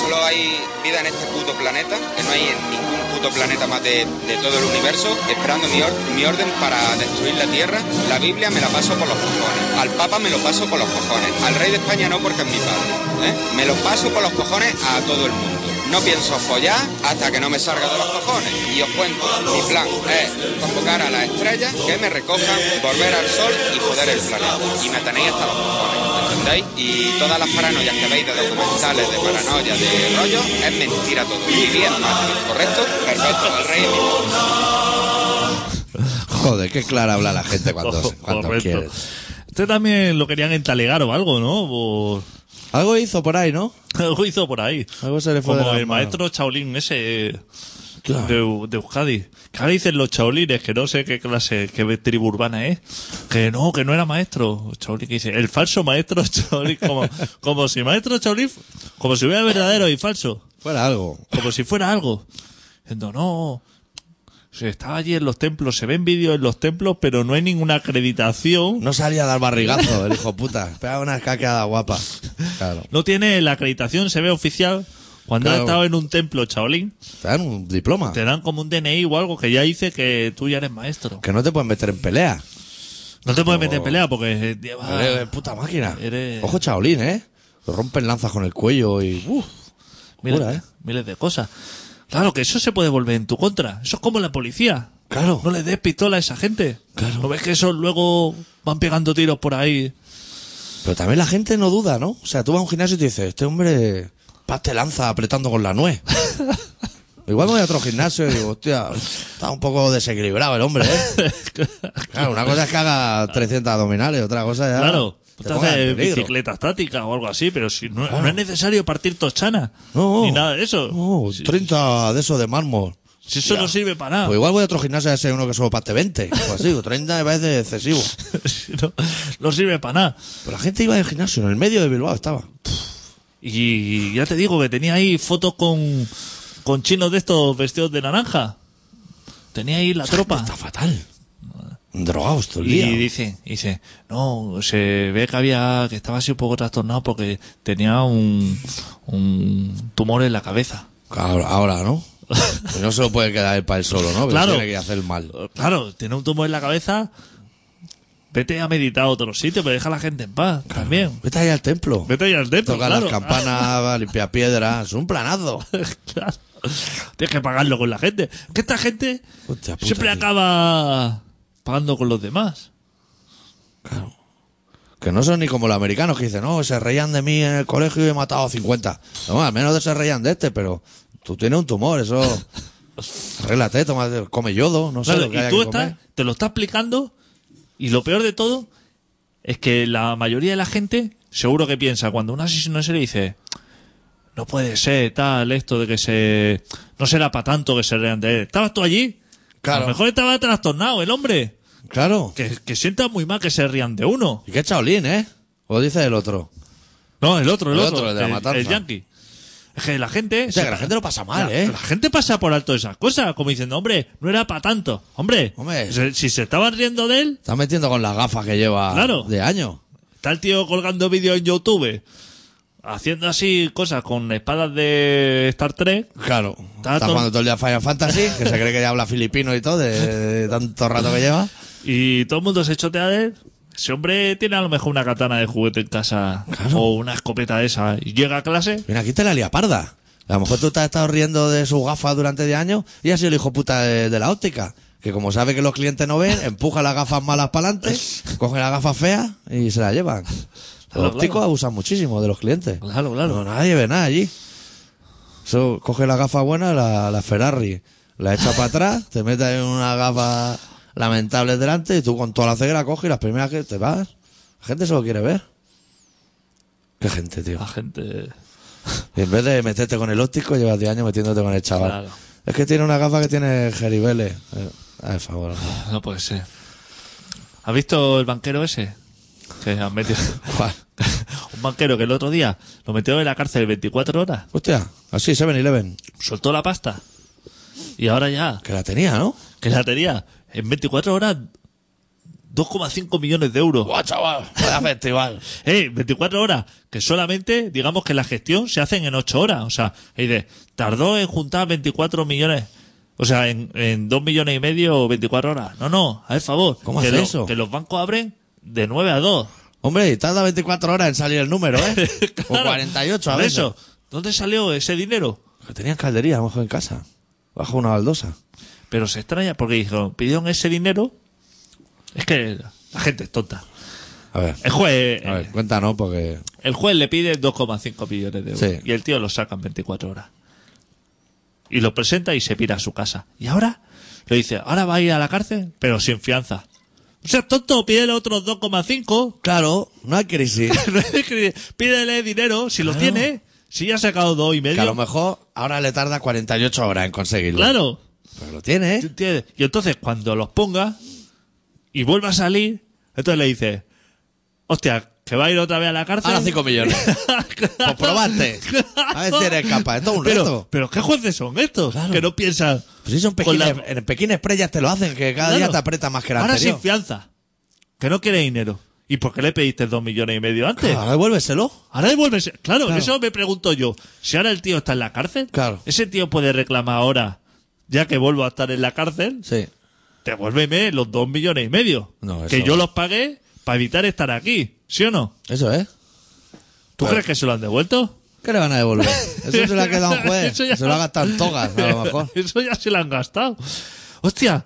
S7: Solo hay vida en este puto planeta que no hay en ningún puto planeta más de, de todo el universo, esperando mi, or- mi orden para destruir la Tierra. La Biblia me la paso por los cojones. Al Papa me lo paso por los cojones. Al Rey de España no porque es mi padre. ¿eh? Me lo paso por los cojones a todo el mundo. No pienso follar hasta que no me salga de los cojones. Y os cuento, mi plan es convocar a las estrellas que me recojan, volver al sol y joder el planeta. Y me tenéis hasta los cojones, ¿entendéis? Y todas las paranoias que veis de documentales, de paranoia, de rollo, es mentira todo. Mi vida es fácil, ¿correcto? Perfecto, el rey es mi padre.
S2: Joder, qué clara habla la gente cuando,
S3: Ojo,
S2: cuando
S3: correcto.
S2: quiere.
S3: Este también lo querían entalegar o algo, ¿no? Por-
S2: Algo hizo por ahí, ¿no?
S3: Algo hizo por ahí.
S2: Algo se le fue de
S3: Como
S2: las
S3: el
S2: manos.
S3: maestro Chaolín ese eh, de, Eu- de Euskadi. Que ahora dicen los Chaolines, que no sé qué clase, qué tribu urbana es. Que no, que no era maestro. Chaolín que dice, el falso maestro Chaolín. Como, como si maestro Chaolín, como si hubiera verdadero y falso.
S2: Fuera algo.
S3: Como si fuera algo. Diciendo, no. Se estaba allí en los templos, se ven vídeos en los templos, pero no hay ninguna acreditación.
S2: No salía a dar barrigazo, el hijo puta. Pegaba una caqueada guapa. Claro.
S3: No tiene la acreditación, se ve oficial. Cuando
S2: Claro.
S3: has estado en un templo, chaolín,
S2: Te dan un diploma.
S3: te dan como un DNI o algo que ya dice que tú ya eres maestro.
S2: Que no te pueden meter en pelea.
S3: No te puedes meter en pelea porque lleva...
S2: Eres puta máquina.
S3: Ah. Eres-
S2: Ojo, chaolín, ¿eh? Lo rompen lanzas con el cuello y. uf,
S3: miles,
S2: locura, ¿eh?
S3: miles de cosas. Claro que eso se puede volver en tu contra. Eso es como la policía. Claro. No le des pistola a esa gente. Claro. ¿No ves que esos luego van pegando tiros por ahí?
S2: Pero también la gente no duda, ¿no? O sea, tú vas a un gimnasio y te dices, este hombre. Paz te lanza apretando con la nuez. Igual me voy a otro gimnasio y digo, hostia, está un poco desequilibrado el hombre, ¿eh? Claro, una cosa es que haga 300 abdominales, otra cosa ya.
S3: claro.
S2: te
S3: Tú te
S2: pongas en
S3: haces
S2: peligro.
S3: bicicleta estática o algo así, pero si no, no es necesario partir tochana.
S2: No.
S3: Ni nada de eso.
S2: No,
S3: si,
S2: 30 Oh, de esos de mármol.
S3: si eso no sirve para nada.
S2: Pues igual voy a otro gimnasio a ese uno que solo parte 20. Pues así, o 30 me parece excesivo.
S3: Si no, no sirve para nada.
S2: Pero la gente iba al gimnasio, en el medio de Bilbao estaba.
S3: Y ya te digo que tenía ahí fotos con, con chinos de estos vestidos de naranja. Tenía ahí la tropa.
S2: Está fatal. Drogados todo el
S3: Ah. Y
S2: día.
S3: dice, dice, no, se ve que había, que estaba así un poco trastornado porque tenía un, un tumor en la cabeza.
S2: Ahora, ahora, ¿no? Pues no se lo puede quedar él para él solo, ¿no? Que
S3: Claro. Ah.
S2: Tiene que hacer mal.
S3: Claro, tiene un tumor en la cabeza. Vete a meditar a otro sitio, pero deja a la gente en paz también.
S2: Vete ahí al templo.
S3: Vete ahí al depto,
S2: Toca
S3: claro.
S2: las campanas, va, limpia piedras. Es un planazo.
S3: Claro. Tienes que pagarlo con la gente. Que esta gente
S2: Hostia puta,
S3: siempre
S2: tío.
S3: acaba pagando con los demás.
S2: Que no son ni como los americanos que dicen, no, se reían de mí en el colegio y he matado a 50. No, al menos se reían de este, pero tú tienes un tumor, eso. Arréglate, toma, come yodo, no sé
S3: Claro,
S2: lo que
S3: y
S2: haya
S3: tú
S2: que
S3: estás,
S2: comer.
S3: te lo estás explicando y lo peor de todo es que la mayoría de la gente seguro que piensa cuando un asesino en serie dice no puede ser tal esto de que se no será para tanto que se rean de él. Estabas tú allí.
S2: Claro.
S3: A lo mejor estaba trastornado el hombre.
S2: Claro.
S3: Que, que sienta muy mal que se rían de uno.
S2: Y que chaolín, ¿eh? O dice el otro.
S3: No, el otro, el,
S2: El
S3: otro.
S2: otro, el de la matanza.
S3: el yankee. Es que la gente.
S2: O sea, que la gente lo pasa mal,
S3: la,
S2: ¿eh?
S3: la gente pasa por alto esas cosas, como diciendo, hombre, no era para tanto. Hombre,
S2: Hombre.
S3: se- si se estaban riendo de él,
S2: Estás metiendo con las gafas que lleva
S3: Claro.
S2: de año.
S3: está el tío colgando vídeos en YouTube, haciendo así cosas con espadas de Star Trek.
S2: Claro.
S3: Está
S2: Está
S3: todo-
S2: jugando todo el día Final Fantasy, que se cree que ya habla filipino y todo, de, de tanto rato que lleva.
S3: Y todo el mundo se chotea de él. Ese hombre tiene a lo mejor una katana de juguete en casa o una escopeta de esa. Y llega a clase.
S2: Mira, aquí te la lía parda. A lo mejor tú te has estado riendo de sus gafas durante 10 años y has sido el hijo puta de, de la óptica. Que como sabe que los clientes no ven, empuja las gafas malas para adelante, coge las gafas feas y se las llevan.
S3: Claro,
S2: los ópticos
S3: claro.
S2: abusan muchísimo de los clientes.
S3: Claro, claro.
S2: No, nadie ve nada allí. Eso, coge la gafa buena, la, la Ferrari, la echa para atrás, te metes en una gafa lamentable delante y tú con toda la ceguera coges y las primeras que te vas. La gente solo quiere ver. Qué gente, tío.
S3: La gente.
S2: Y en vez de meterte con el óptico, llevas 10 años metiéndote con el chaval.
S3: Claro.
S2: Es que tiene una gafa que tiene jeribeles. Eh, ay, por favor. hombre.
S3: No puede ser. ¿Has visto el banquero ese? Que han metido.
S2: ¿Cuál?
S3: Un banquero que el otro día lo metió en la cárcel 24 horas,
S2: Hostia, así, 7-Eleven.
S3: soltó la pasta. Y ahora ya,
S2: Que la tenía, ¿no?
S3: que la tenía en 24 horas 2,5 millones de euros.
S2: ¡Buah, chaval! ¡Vaya festival!
S3: Eh, 24 horas, que solamente, digamos que la gestión se hacen en 8 horas. O sea, y de, tardó en juntar 24 millones. O sea, en, en dos millones y medio o 24 horas. No, no, haz el favor.
S2: ¿Cómo
S3: que
S2: hace
S3: lo-
S2: eso?
S3: Que los bancos abren de 9 a 2.
S2: Hombre, tarda 24 horas en salir el número, ¿eh? o 48 a
S3: Por
S2: veces.
S3: Eso. ¿Dónde salió ese dinero?
S2: Que Tenían caldería, a lo mejor en casa. Bajo una baldosa.
S3: Pero se extraña porque dijeron, pidieron ese dinero. Es que la gente es tonta.
S2: A ver,
S3: El juez,
S2: a ver, cuéntanos porque...
S3: el juez le pide 2,5 millones de euros.
S2: Sí.
S3: Y el tío lo saca en 24 horas. Y lo presenta y se pira a su casa. Y ahora le dice, ahora va a ir a la cárcel, pero sin fianza. O sea, tonto, pídele otros 2,5.
S2: Claro, no hay crisis.
S3: pídele dinero, si lo tiene, si ya ha sacado dos y
S2: que a lo
S3: medio.
S2: mejor ahora le tarda 48 horas en conseguirlo.
S3: Claro.
S2: Pero lo tiene, ¿eh?
S3: ¿Entiendes? Y entonces cuando los ponga y vuelva a salir, entonces le dices, hostia, que va a ir otra vez a la cárcel.
S2: Ahora 5 millones. Pues probaste. A ver si eres capaz. Esto es un
S3: pero,
S2: reto.
S3: Pero ¿qué jueces son estos? Que no piensan...
S2: Pues si son
S3: con
S2: pequeñas,
S3: la-
S2: en Pekín Express ya te lo hacen, que cada día
S3: Claro.
S2: te aprieta más que la
S3: Ahora
S2: anterior.
S3: sin fianza. Que no quiere dinero. ¿Y por qué le pediste dos millones y medio antes?
S2: Ahora Ah, devuélveselo.
S3: Ahora devuélvese. Claro,
S2: Claro.
S3: eso me pregunto yo. Si ahora el tío está en la cárcel,
S2: Claro.
S3: ese tío puede reclamar ahora, ya que vuelvo a estar en la cárcel,
S2: Sí.
S3: devuélveme los dos millones y medio.
S2: No, eso-
S3: que yo los pagué para evitar estar aquí, ¿sí o no?
S2: Eso es.
S3: ¿Tú
S2: Claro.
S3: crees que se lo han devuelto?
S2: ¿Qué le van a devolver? Eso se lo ha quedado un juez.
S3: Eso ya-
S2: Se lo ha gastado en togas, a lo mejor.
S3: Eso ya se lo han gastado. Hostia,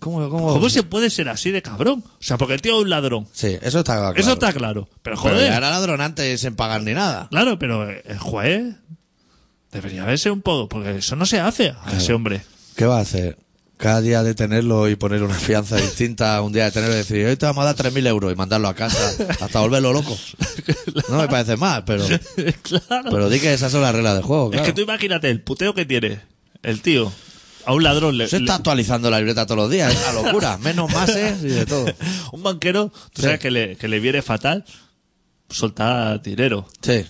S2: ¿Cómo,
S3: ¿cómo se puede ser así de cabrón? O sea, porque el tío es un ladrón.
S2: Sí, eso está claro.
S3: Eso está claro. Pero
S2: Pero
S3: joder,
S2: ya era ladrón antes sin pagar ni nada.
S3: claro, pero el juez debería haberse un poco, porque eso no se hace a ese hombre.
S2: ¿Qué va a hacer? Cada día detenerlo y poner una fianza distinta, un día detenerlo y decir, hoy te vamos a dar 3.000 euros y mandarlo a casa hasta volverlo loco. No me parece mal, pero,
S3: claro.
S2: pero di que esas son las reglas del juego.
S3: Es
S2: Claro.
S3: que tú imagínate el puteo que tiene el tío a un ladrón. Le,
S2: Se está
S3: le-
S2: actualizando la libreta todos los días, es una locura. Menos mases y de todo.
S3: un banquero, tú sabes que le, que le viene fatal soltar dinero.
S2: Sí.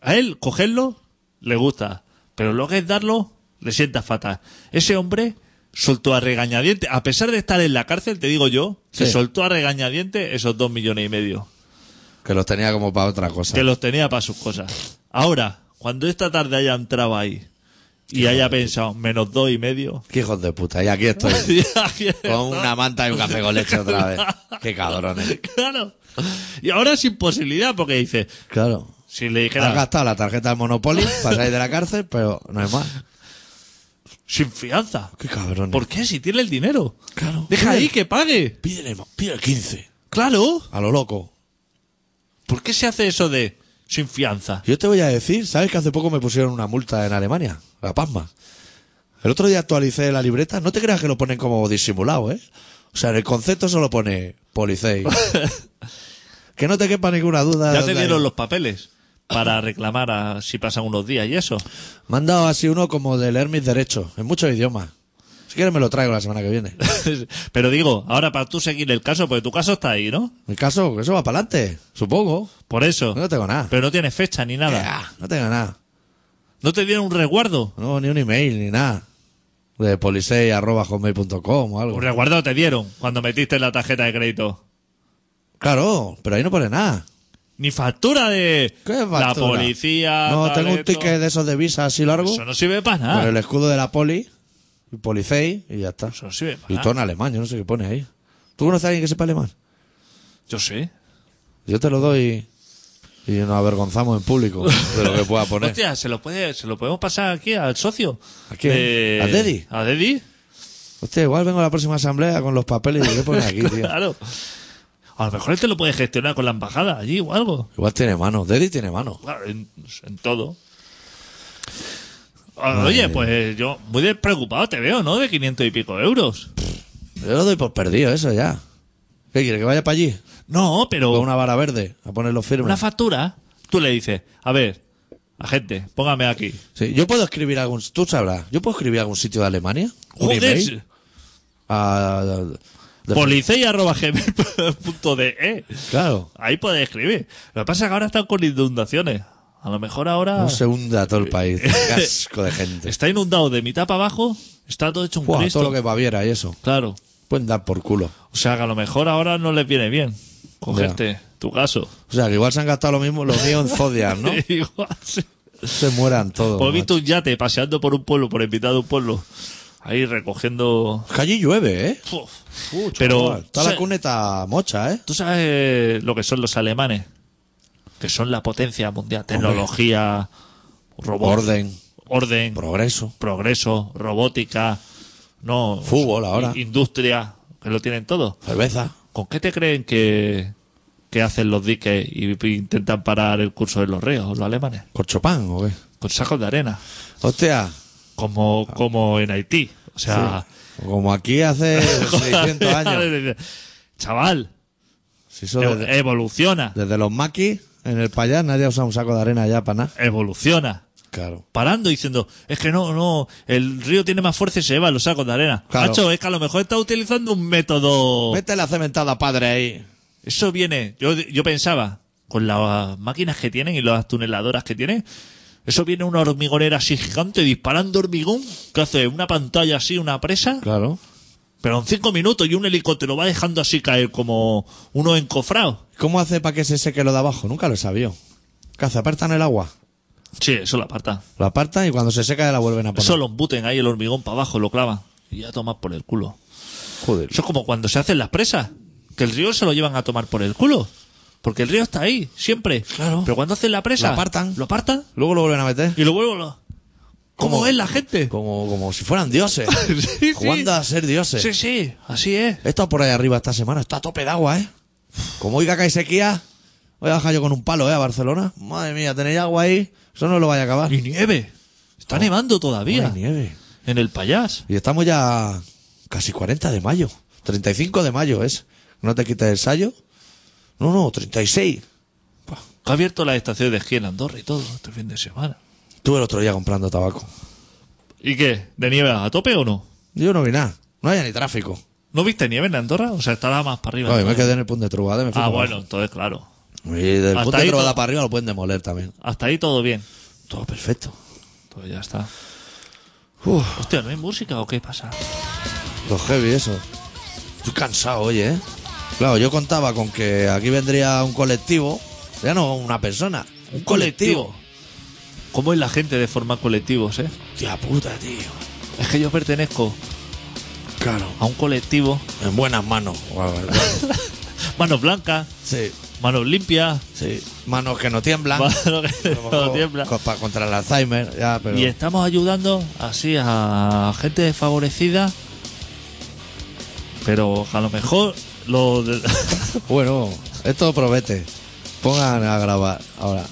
S3: A él cogerlo le gusta, pero lo que es darlo le sienta fatal. Ese hombre soltó a regañadientes, a pesar de estar en la cárcel, te digo yo, se
S2: Sí.
S3: soltó a regañadientes esos dos millones y medio
S2: Que los tenía como para otra cosa.
S3: que los tenía para sus cosas. Ahora, cuando esta tarde haya entrado ahí y haya pensado menos dos y medio,
S2: Qué hijos de puta, y aquí estoy. Con una manta y un café con leche otra vez. Qué cabrones.
S3: Claro. Y ahora sin posibilidad, porque dice,
S2: Claro.
S3: si le
S2: Has
S3: dijera
S2: gastado la tarjeta del Monopoly para salir de la cárcel, pero no es más.
S3: sin fianza.
S2: Qué cabrones.
S3: ¿Por qué? Si tiene el dinero. Claro. Deja ahí que pague.
S2: Pídele, pídele 15.
S3: Claro.
S2: A lo loco.
S3: ¿Por qué se hace eso de sin fianza?
S2: Yo te voy a decir, ¿sabes que hace poco me pusieron una multa en Alemania? La Pasma. El otro día actualicé la libreta. No te creas que lo ponen como disimulado, ¿eh? O sea, en el concepto solo pone policía. que no te quepa ninguna duda. de
S3: Ya te
S2: dónde
S3: dieron
S2: hay.
S3: los papeles para reclamar a- si pasan unos días y eso.
S2: Me han dado así uno como de leer mis derechos, en muchos idiomas. Si quieres me lo traigo la semana que viene.
S3: Pero digo, ahora para tú seguir el caso, porque tu caso está ahí, ¿no?
S2: Mi caso, eso va para adelante, supongo.
S3: Por eso.
S2: No tengo nada.
S3: Pero no tienes fecha ni nada.
S2: Ah, No tengo nada.
S3: No te dieron un resguardo.
S2: No, ni un email, ni nada. De polisei.com o algo.
S3: Un resguardo te dieron cuando metiste la tarjeta de crédito.
S2: Claro, pero ahí no pone nada.
S3: Ni factura de
S2: ¿Qué
S3: la
S2: factura?
S3: policía.
S2: No,
S3: tal,
S2: tengo un
S3: esto.
S2: ticket de esos de visa así largo.
S3: Eso no sirve para nada.
S2: Con el escudo de la poli. Y policei y ya está.
S3: Eso no sirve para
S2: Y todo
S3: nada.
S2: en alemán, yo no sé qué pone ahí. ¿Tú conoces a alguien que sepa alemán?
S3: Yo sé.
S2: Yo te lo doy y nos avergonzamos en público de lo que pueda poner.
S3: Hostia, se lo, puede, se lo podemos pasar aquí al socio.
S2: ¿A quién? ¿A Deddy?
S3: ¿A Deddy?
S2: Hostia, igual vengo a la próxima asamblea con los papeles y qué pones aquí, tío.
S3: Claro. A lo mejor él te lo puede gestionar con la embajada allí o algo.
S2: Igual tiene mano. Deddy tiene mano.
S3: Claro, en, en todo. Ah, Oye, pues yo muy despreocupado te veo, ¿no? De 500 y pico euros.
S2: Yo lo doy por perdido, eso ya. ¿Qué quiere? ¿Que vaya para allí?
S3: No,
S2: Con
S3: pero
S2: una vara verde a ponerlo firme.
S3: una factura, tú le dices, a ver, agente, póngame aquí.
S2: Sí, Yo puedo escribir algún... Tú sabrás. ¿Yo puedo escribir algún sitio de Alemania? ¿Un email?
S3: Joder,
S2: A- de-
S3: policía.gmail.de
S2: Claro.
S3: Ahí puedes escribir. Lo que pasa es que ahora están con inundaciones. A lo mejor ahora
S2: No se hunda todo el país. Qué asco de gente.
S3: está inundado de mitad para abajo, está todo hecho un
S2: Buah,
S3: Cristo.
S2: todo lo que es Baviera y eso.
S3: Claro.
S2: Pueden dar por culo.
S3: O sea que a lo mejor ahora no les viene bien cogerte tu caso.
S2: O sea, que igual se han gastado lo mismo los míos en Zodiac, ¿no?
S3: Igual sí.
S2: Se mueran todos.
S3: Pues
S2: macho.
S3: he visto un yate paseando por un pueblo, por invitado a un pueblo. Ahí recogiendo.
S2: Que allí llueve, ¿eh?
S3: Uf.
S2: Uh, chaval,
S3: Pero-
S2: Está la
S3: sí.
S2: cuneta mocha, ¿eh?
S3: ¿Tú sabes lo que son los alemanes? Que son la potencia mundial. Tecnología, robots,
S2: Orden,
S3: orden,
S2: progreso.
S3: progreso, robótica, no
S2: Fútbol ahora.
S3: i- industria, que lo tienen todo.
S2: Cerveza.
S3: ¿Con qué te creen que, que hacen los diques y p- intentan parar el curso de los ríos, los alemanes?
S2: ¿Corchopán o qué?
S3: Con sacos de arena,
S2: Hostia,
S3: como,
S2: Ah.
S3: como en Haití. O sea,
S2: como aquí hace 600 años.
S3: chaval,
S2: Si eso desde,
S3: ev- evoluciona,
S2: desde los maquis, en el payas nadie usa un saco de arena ya para nada.
S3: evoluciona.
S2: Claro.
S3: parando diciendo, es que no, no, el río tiene más fuerza y se lleva los sacos de arena.
S2: Claro.
S3: Macho, es que a lo mejor está utilizando un método.
S2: Vete la cementada, padre, ahí.
S3: Eso viene, yo, yo pensaba, con las máquinas que tienen y las tuneladoras que tienen, eso viene una hormigonera así gigante disparando hormigón, que hace una pantalla así, una presa,
S2: Claro.
S3: pero en cinco minutos y un helicóptero va dejando así caer como uno encofrado.
S2: ¿Cómo hace para que se seque lo de abajo? Nunca lo he sabido. ¿Qué hace? Apartan el agua.
S3: Sí, eso la aparta.
S2: Lo apartan y cuando se seca ya la vuelven a poner.
S3: Eso lo embuten ahí el hormigón para abajo, lo clavan. Y ya tomas por el culo.
S2: Joder.
S3: Eso es como cuando se hacen las presas, que el río se lo llevan a tomar por el culo. Porque el río está ahí, siempre.
S2: Claro.
S3: Pero cuando hacen la presa.
S2: Lo apartan.
S3: Lo apartan
S2: Luego lo vuelven a meter.
S3: y lo vuelven. a- ¿Cómo,
S2: Como-
S3: es la gente?
S2: Como, como si fueran dioses.
S3: Sí,
S2: Jugando a ser dioses.
S3: Sí, sí, así es.
S2: He estado por ahí arriba esta semana. Está a tope de agua, ¿eh? Como oiga que hay sequía, voy a bajar yo con un palo, ¿eh? A Barcelona. Madre mía, tenéis agua ahí. Eso no lo vaya a acabar.
S3: Y nieve. Está nevando
S2: No
S3: todavía.
S2: hay nieve.
S3: En el payás.
S2: Y estamos ya casi 40 de mayo. 35 de mayo es. No te quites el sayo. No, no, 36.
S3: Que ha abierto las estaciones de esquí en Andorra y todo este fin de semana.
S2: Estuve el otro día comprando tabaco.
S3: ¿Y qué? ¿De nieve a tope o no?
S2: Yo no vi nada. No había ni tráfico.
S3: ¿No viste nieve en Andorra? O sea, estaba más para arriba.
S2: Ay, me quedé en el puente de Trubade. Me fui
S3: ah,
S2: para
S3: bueno,
S2: abajo.
S3: entonces claro.
S2: Y del
S3: Hasta
S2: puente
S3: ahí
S2: de Trubada
S3: todo.
S2: para arriba lo pueden demoler también.
S3: Hasta ahí todo bien.
S2: Todo perfecto.
S3: Pues ya está.
S2: Uf,
S3: Hostia, ¿no hay música o qué pasa?
S2: Los heavy, eso. Estoy cansado, oye, ¿eh? Claro, yo contaba con que aquí vendría un colectivo. Ya no una persona, un colectivo.
S3: ¿Cómo es la gente de formar colectivos, eh?
S2: Tía puta, tío.
S3: Es que yo pertenezco
S2: Claro.
S3: a un colectivo.
S2: En buenas manos. o algo así.
S3: Manos blancas,
S2: sí,
S3: manos limpias,
S2: sí. Manos que no tiemblan.
S3: manos que no tiemblan.
S2: Co- Para contra el Alzheimer, ya, pero.
S3: Y estamos ayudando así a gente desfavorecida. Pero a lo mejor lo de-
S2: Bueno, esto probete. Pongan a grabar ahora.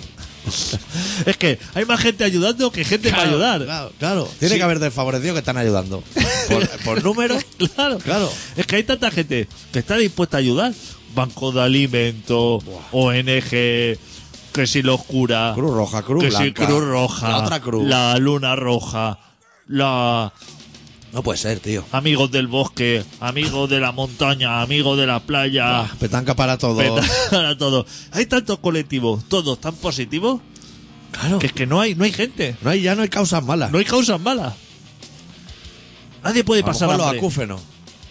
S3: es que hay más gente ayudando que gente para ayudar.
S2: Claro, claro. Tiene
S3: Sí.
S2: que haber desfavorecido que están ayudando. Por, por número.
S3: Claro.
S2: Claro.
S3: Es que hay tanta gente que está dispuesta a ayudar. Banco de alimentos, ONG, que si los curas.
S2: Cruz Roja, Cruz
S3: que si
S2: Blanca.
S3: Cruz Roja.
S2: La otra cruz.
S3: La Luna Roja. La
S2: No puede ser, tío.
S3: Amigos del Bosque, Amigos de la Montaña, Amigos de la Playa.
S2: Petanca para Ah, todos.
S3: Petar a todos. Hay tantos colectivos, todos tan positivos,
S2: Claro.
S3: que es que no hay, no hay gente.
S2: No hay, ya no hay causas malas.
S3: No hay causas malas. Nadie puede
S2: a lo
S3: pasar
S2: mejor los
S3: hambre.
S2: acúfenos.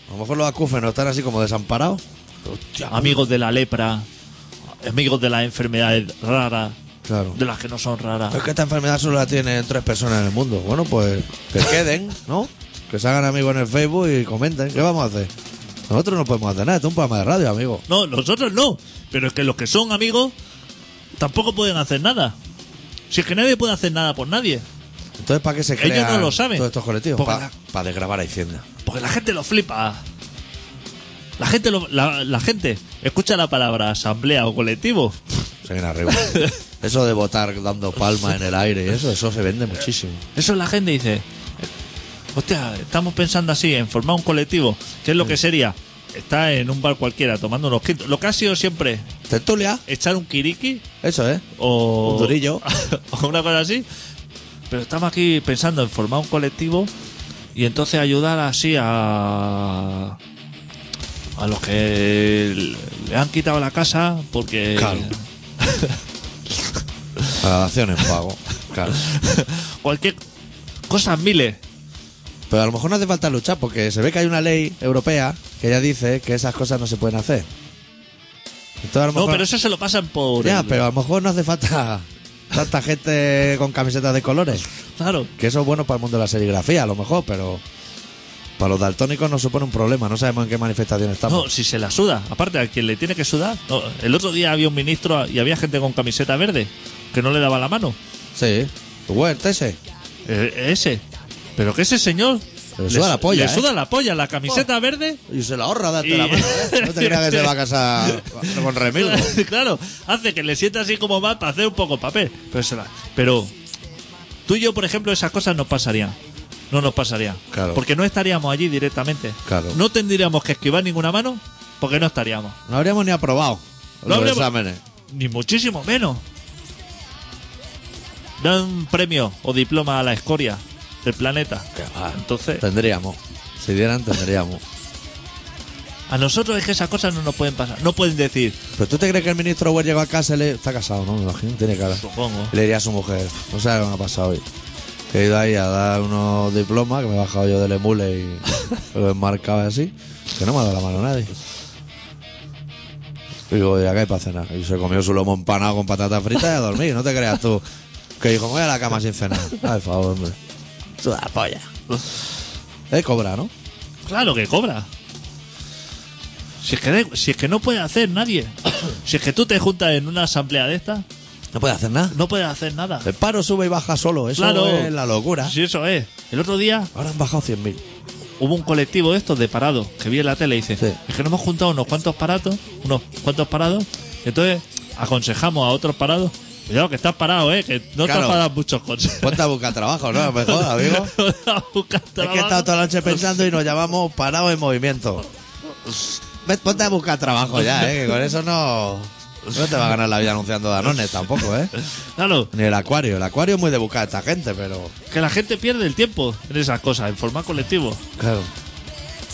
S2: A lo mejor los acúfenos están así como desamparados. Hostia,
S3: amigos de la lepra, amigos de las enfermedades raras,
S2: Claro.
S3: de las que no son raras.
S2: Es que esta enfermedad solo la tienen tres personas en el mundo. Bueno, pues que queden, ¿no? Que se hagan amigos en el Facebook y comenten. ¿Qué vamos a hacer? Nosotros no podemos hacer nada. Esto es un programa de radio, amigo.
S3: No, nosotros no, pero es que los que son amigos tampoco pueden hacer nada. Si es que nadie puede hacer nada por nadie,
S2: Entonces, ¿para qué se
S3: Ellos
S2: crean
S3: no lo saben.
S2: todos estos colectivos?
S3: Porque
S2: Para
S3: la-
S2: desgravar a Hacienda.
S3: porque la gente lo flipa. La gente, lo- la, la gente escucha la palabra asamblea o colectivo.
S2: Se viene arriba. eso de votar dando palmas en el aire y eso, eso se vende muchísimo.
S3: Eso la gente dice, hostia, estamos pensando así, en formar un colectivo, que es lo que sería estar en un bar cualquiera tomando unos quintos, lo que ha sido siempre,
S2: Tertulia,
S3: echar un kiriki
S2: eso es.
S3: o
S2: Un durillo.
S3: o una cosa así pero estamos aquí pensando en formar un colectivo y entonces ayudar así a a los que le han quitado la casa porque
S2: Claro. Gradación Ah, en pago. Claro.
S3: cualquier cosas miles
S2: Pero a lo mejor no hace falta luchar porque se ve que hay una ley europea que ya dice que esas cosas no se pueden hacer. Entonces, a lo
S3: no
S2: mejor-
S3: pero eso se lo pasan por
S2: Ya,
S3: el-
S2: pero a lo mejor no hace falta tanta gente con camisetas de colores.
S3: claro
S2: Que eso es bueno para el mundo de la serigrafía, a lo mejor, pero Para los daltónicos no supone un problema, no sabemos en qué manifestación estamos.
S3: No, si se la suda. Aparte, a quien le tiene que sudar. No, el otro día había un ministro y había gente con camiseta verde que no le daba la mano.
S2: Sí. Huerta ese.
S3: Eh, ese. Pero que ese señor.
S2: Le suda la polla,
S3: Le
S2: ¿eh?
S3: suda la polla, la camiseta verde.
S2: Y se la ahorra darte
S3: Y-
S2: la mano, ¿eh? No te creas que te va a casa con remedio.
S3: claro, hace que le sienta así como mal para hacer un poco papel. Pero, se la- pero tú y yo, por ejemplo, esas cosas nos pasarían. No nos pasarían.
S2: Claro.
S3: Porque no estaríamos allí directamente.
S2: Claro.
S3: No tendríamos que esquivar ninguna mano porque no estaríamos.
S2: No habríamos ni aprobado
S3: No
S2: los
S3: habríamos-
S2: exámenes.
S3: Ni muchísimo menos. Dan premio o diploma a la escoria del planeta. Entonces,
S2: Tendríamos. Si dieran, tendríamos.
S3: a nosotros es que esas cosas no nos pueden pasar. No pueden decir,
S2: ¿Pero tú te crees que el ministro Web llegó a casa y le... Está casado, ¿no? Me imagino, tiene cara.
S3: supongo.
S2: Y le diría a su mujer, no sé lo que me ha pasado hoy. Que he ido ahí a dar unos diplomas, que me he bajado yo del emule y lo enmarcaba así, que no me ha dado la mano nadie. Y digo, ¿y acá hay para cenar? Y se comió su lomo empanado con patata frita y a dormir, no te creas tú. Que dijo, me voy a la cama sin cenar. Ay, favor, hombre. Toda polla. Él cobra, ¿no?
S3: Claro que cobra. Si es que, da- si es que no puede hacer nadie. Si es que tú te juntas en una asamblea de esta,
S2: No puede hacer nada.
S3: no puedes hacer nada.
S2: El paro sube y baja solo, eso
S3: Claro.
S2: es la locura.
S3: Si eso es. El otro día
S2: Ahora han bajado 100.000.
S3: hubo un colectivo de estos de parados que vi en la tele y dice,
S2: Sí.
S3: es que nos hemos juntado unos cuantos parados, unos cuantos parados, entonces aconsejamos a otros parados, cuidado que estás parado, eh, que no
S2: Claro.
S3: te has dado muchos consejos.
S2: Ponte a buscar trabajo, ¿no? Me jodas, amigo.
S3: Busca
S2: Es que
S3: trabajo.
S2: he estado toda la noche pensando y nos llamamos parados en movimiento. Ve, Ponte a buscar trabajo ya, ¿eh? que con eso no, no te va a ganar la vida anunciando Danones tampoco, ¿eh?
S3: Claro,
S2: Ni el acuario. El acuario es muy de buscar a esta gente, pero.
S3: que la gente pierde el tiempo en esas cosas, en formar colectivo.
S2: Claro.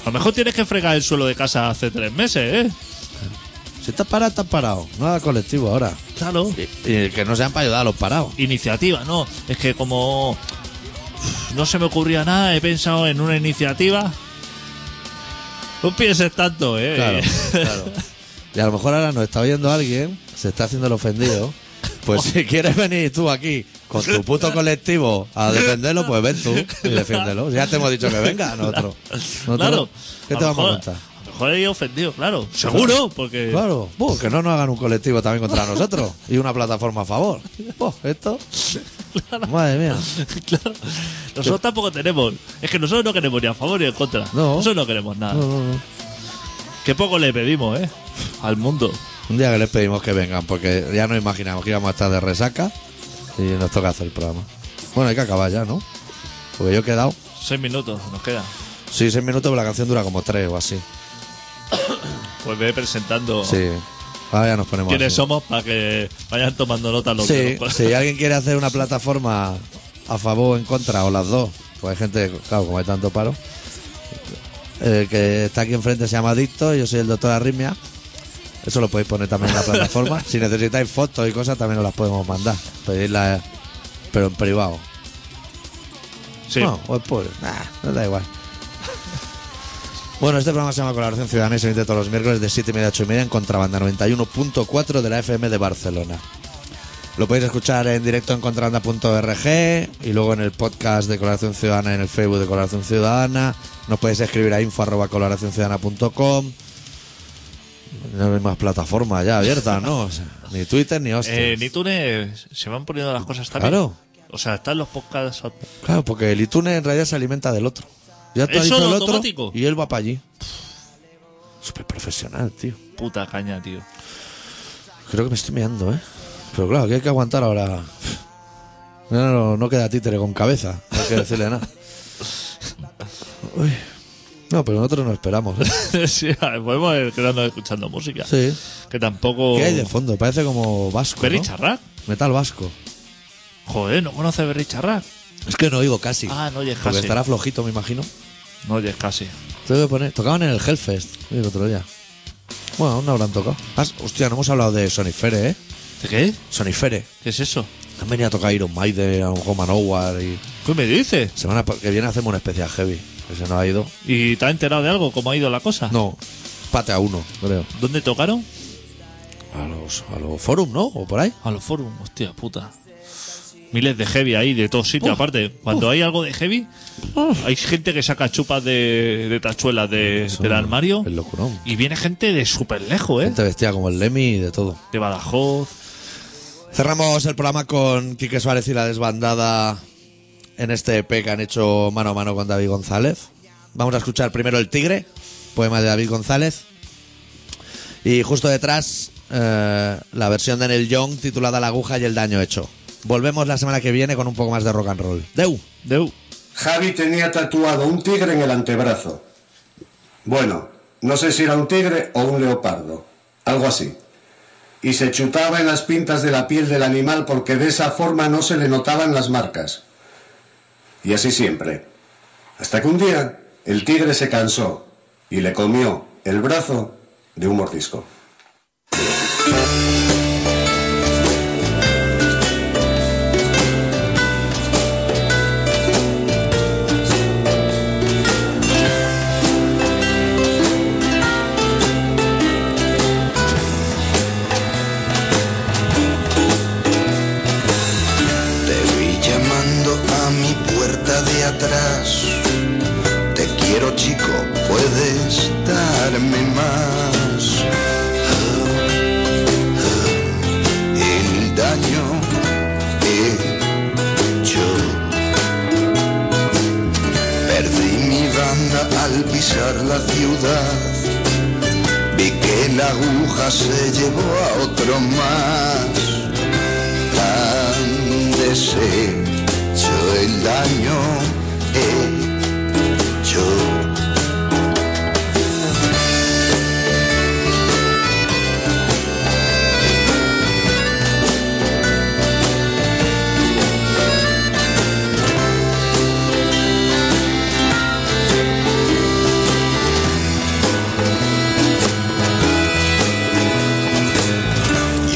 S3: A lo mejor tienes que fregar el suelo de casa hace tres meses, ¿eh?
S2: Si estás parado, estás parado. No hagas colectivo ahora.
S3: Claro.
S2: Y, y que no sean para ayudar a los parados.
S3: Iniciativa, no. Es que como no se me ocurría nada, he pensado en una iniciativa. No pienses tanto, ¿eh?
S2: Claro, claro. Y a lo mejor ahora nos está oyendo alguien, se está haciendo el ofendido. Pues si quieres venir tú aquí con tu puto colectivo a defenderlo, pues ven tú y defiéndelo. Ya te hemos dicho que venga nosotros. Nosotros,
S3: claro.
S2: ¿Qué te
S3: lo
S2: vamos a
S3: mejor-
S2: contar?
S3: A lo mejor he ofendido, claro. Seguro, porque.
S2: Claro, buh, que no nos hagan un colectivo también contra nosotros y una plataforma a favor. Buh, esto. Madre mía.
S3: Claro. Nosotros tampoco tenemos. Es que nosotros no queremos ni a favor ni en contra.
S2: No.
S3: Nosotros no queremos nada.
S2: No, no, no.
S3: Qué poco le pedimos, ¿eh? Al mundo.
S2: Un día que les pedimos que vengan, porque ya nos imaginamos que íbamos a estar de resaca y nos toca hacer el programa. Bueno, hay que acabar ya, ¿no? Porque yo he quedado.
S3: Seis minutos nos quedan.
S2: Sí, seis minutos, pero la canción dura como tres o así.
S3: Pues ve presentando.
S2: Sí. Ahora ya nos ponemos.
S3: quiénes
S2: así.
S3: somos para que vayan tomando nota los
S2: Sí,
S3: que nos-
S2: si alguien quiere hacer una plataforma a favor o en contra, o las dos, pues hay gente, claro, como hay tanto paro. El que está aquí enfrente se llama Adicto, yo soy el doctor Arritmia. Eso lo podéis poner también en la plataforma. si necesitáis fotos y cosas, también os las podemos mandar. Pedirlas, pero en privado.
S3: Sí. Eh,
S2: No, o es pobre. Nah, no da igual. Bueno, este programa se llama Colaboración Ciudadana y se emite todos los miércoles de 7 y media a 8 y media en Contrabanda 91.4 de la FM de Barcelona. Lo podéis escuchar en directo en contrabanda.org y luego en el podcast de Colaboración Ciudadana, en el Facebook de Colaboración Ciudadana. Nos podéis escribir a info arroba colaboracionciudadana.com. No hay más plataformas ya abiertas, ¿no? O sea, ni Twitter ni hostias.
S3: Eh, en iTunes se van poniendo las cosas también.
S2: este Claro.
S3: O sea, están los podcasts. a-
S2: Claro, porque el iTunes en realidad se alimenta del otro. Ya te
S3: ¿Es
S2: dicho
S3: solo
S2: el otro
S3: automático?
S2: y él va para allí. Súper profesional, tío.
S3: Puta caña, tío.
S2: Creo que me estoy meando, ¿eh? Pero claro, que hay que aguantar ahora. No, no, no queda títere con cabeza. No hay que decirle nada. Uy. No, pero nosotros no esperamos. ¿eh?
S3: sí, a ver, podemos ir quedando escuchando música.
S2: Sí.
S3: Que tampoco.
S2: ¿Qué hay de fondo? Parece como vasco. ¿no?
S3: Berry Charrac.
S2: Metal vasco.
S3: Joder, no conoce Berry Charrac.
S2: Es que no oigo casi.
S3: Ah, no oyes
S2: Porque
S3: casi.
S2: estará flojito, me imagino.
S3: No oyes casi.
S2: Tengo que poner. Tocaban en el Hellfest el otro día. Bueno, aún no habrán tocado. Ah, hostia, no hemos hablado de Sonifere, ¿eh?
S3: ¿De qué?
S2: Sonifere.
S3: ¿Qué es eso?
S2: Han venido a tocar Iron Maiden, a lo mejor Manowar y...
S3: ¿Qué me dices?
S2: Semana pa- que viene hacemos una especial heavy. Que se nos ha ido.
S3: ¿Y te has enterado de algo? ¿Cómo ha ido la cosa?
S2: No, pate a uno, creo.
S3: ¿Dónde tocaron?
S2: A los, a los forum, ¿no? O por ahí.
S3: A los forum, hostia puta. Miles de heavy ahí, de todos sitios. Aparte, cuando hay algo de heavy, hay gente que saca chupas de, de tachuelas de- del armario.
S2: el locurón.
S3: Y viene gente de súper lejos, ¿eh?
S2: Gente vestida como el Lemmy y de todo.
S3: De Badajoz.
S2: Cerramos el programa con Quique Suárez y la desbandada en este EP que han hecho mano a mano con David González. Vamos a escuchar primero El Tigre, poema de David González. Y justo detrás, eh, la versión de Neil Young titulada La aguja y el daño hecho. Volvemos la semana que viene con un poco más de rock and roll. Deu.
S3: Deu.
S5: Javi tenía tatuado un tigre en el antebrazo. Bueno, no sé si era un tigre o un leopardo, algo así. Y se chutaba en las pintas de la piel del animal porque de esa forma no se le notaban las marcas. Y así siempre. Hasta que un día el tigre se cansó y le comió el brazo de un mordisco.
S6: Te vi llamando a mi puerta de atrás. Te quiero chico, puedes darme más. El daño hecho. Perdí mi banda al pisar la ciudad. Vi que la aguja se llevó a otro más tan deshecho el daño hecho.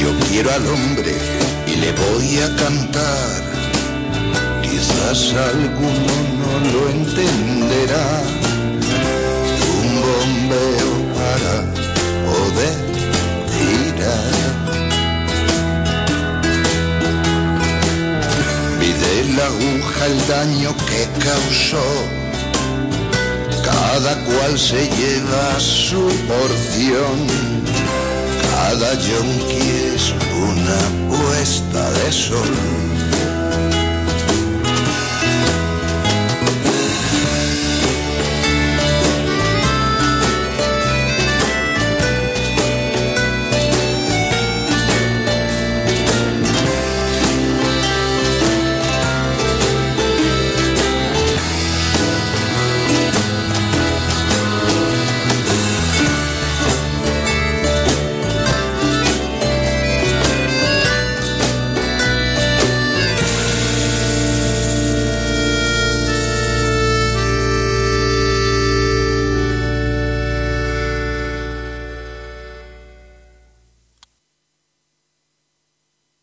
S6: Yo quiero al hombre y le voy a cantar. Quizás alguno no lo entenderá. Un bombeo para poder tirar. Vi de la aguja el daño que causó. Cada cual se lleva su porción. Cada yonki es una puesta de sol.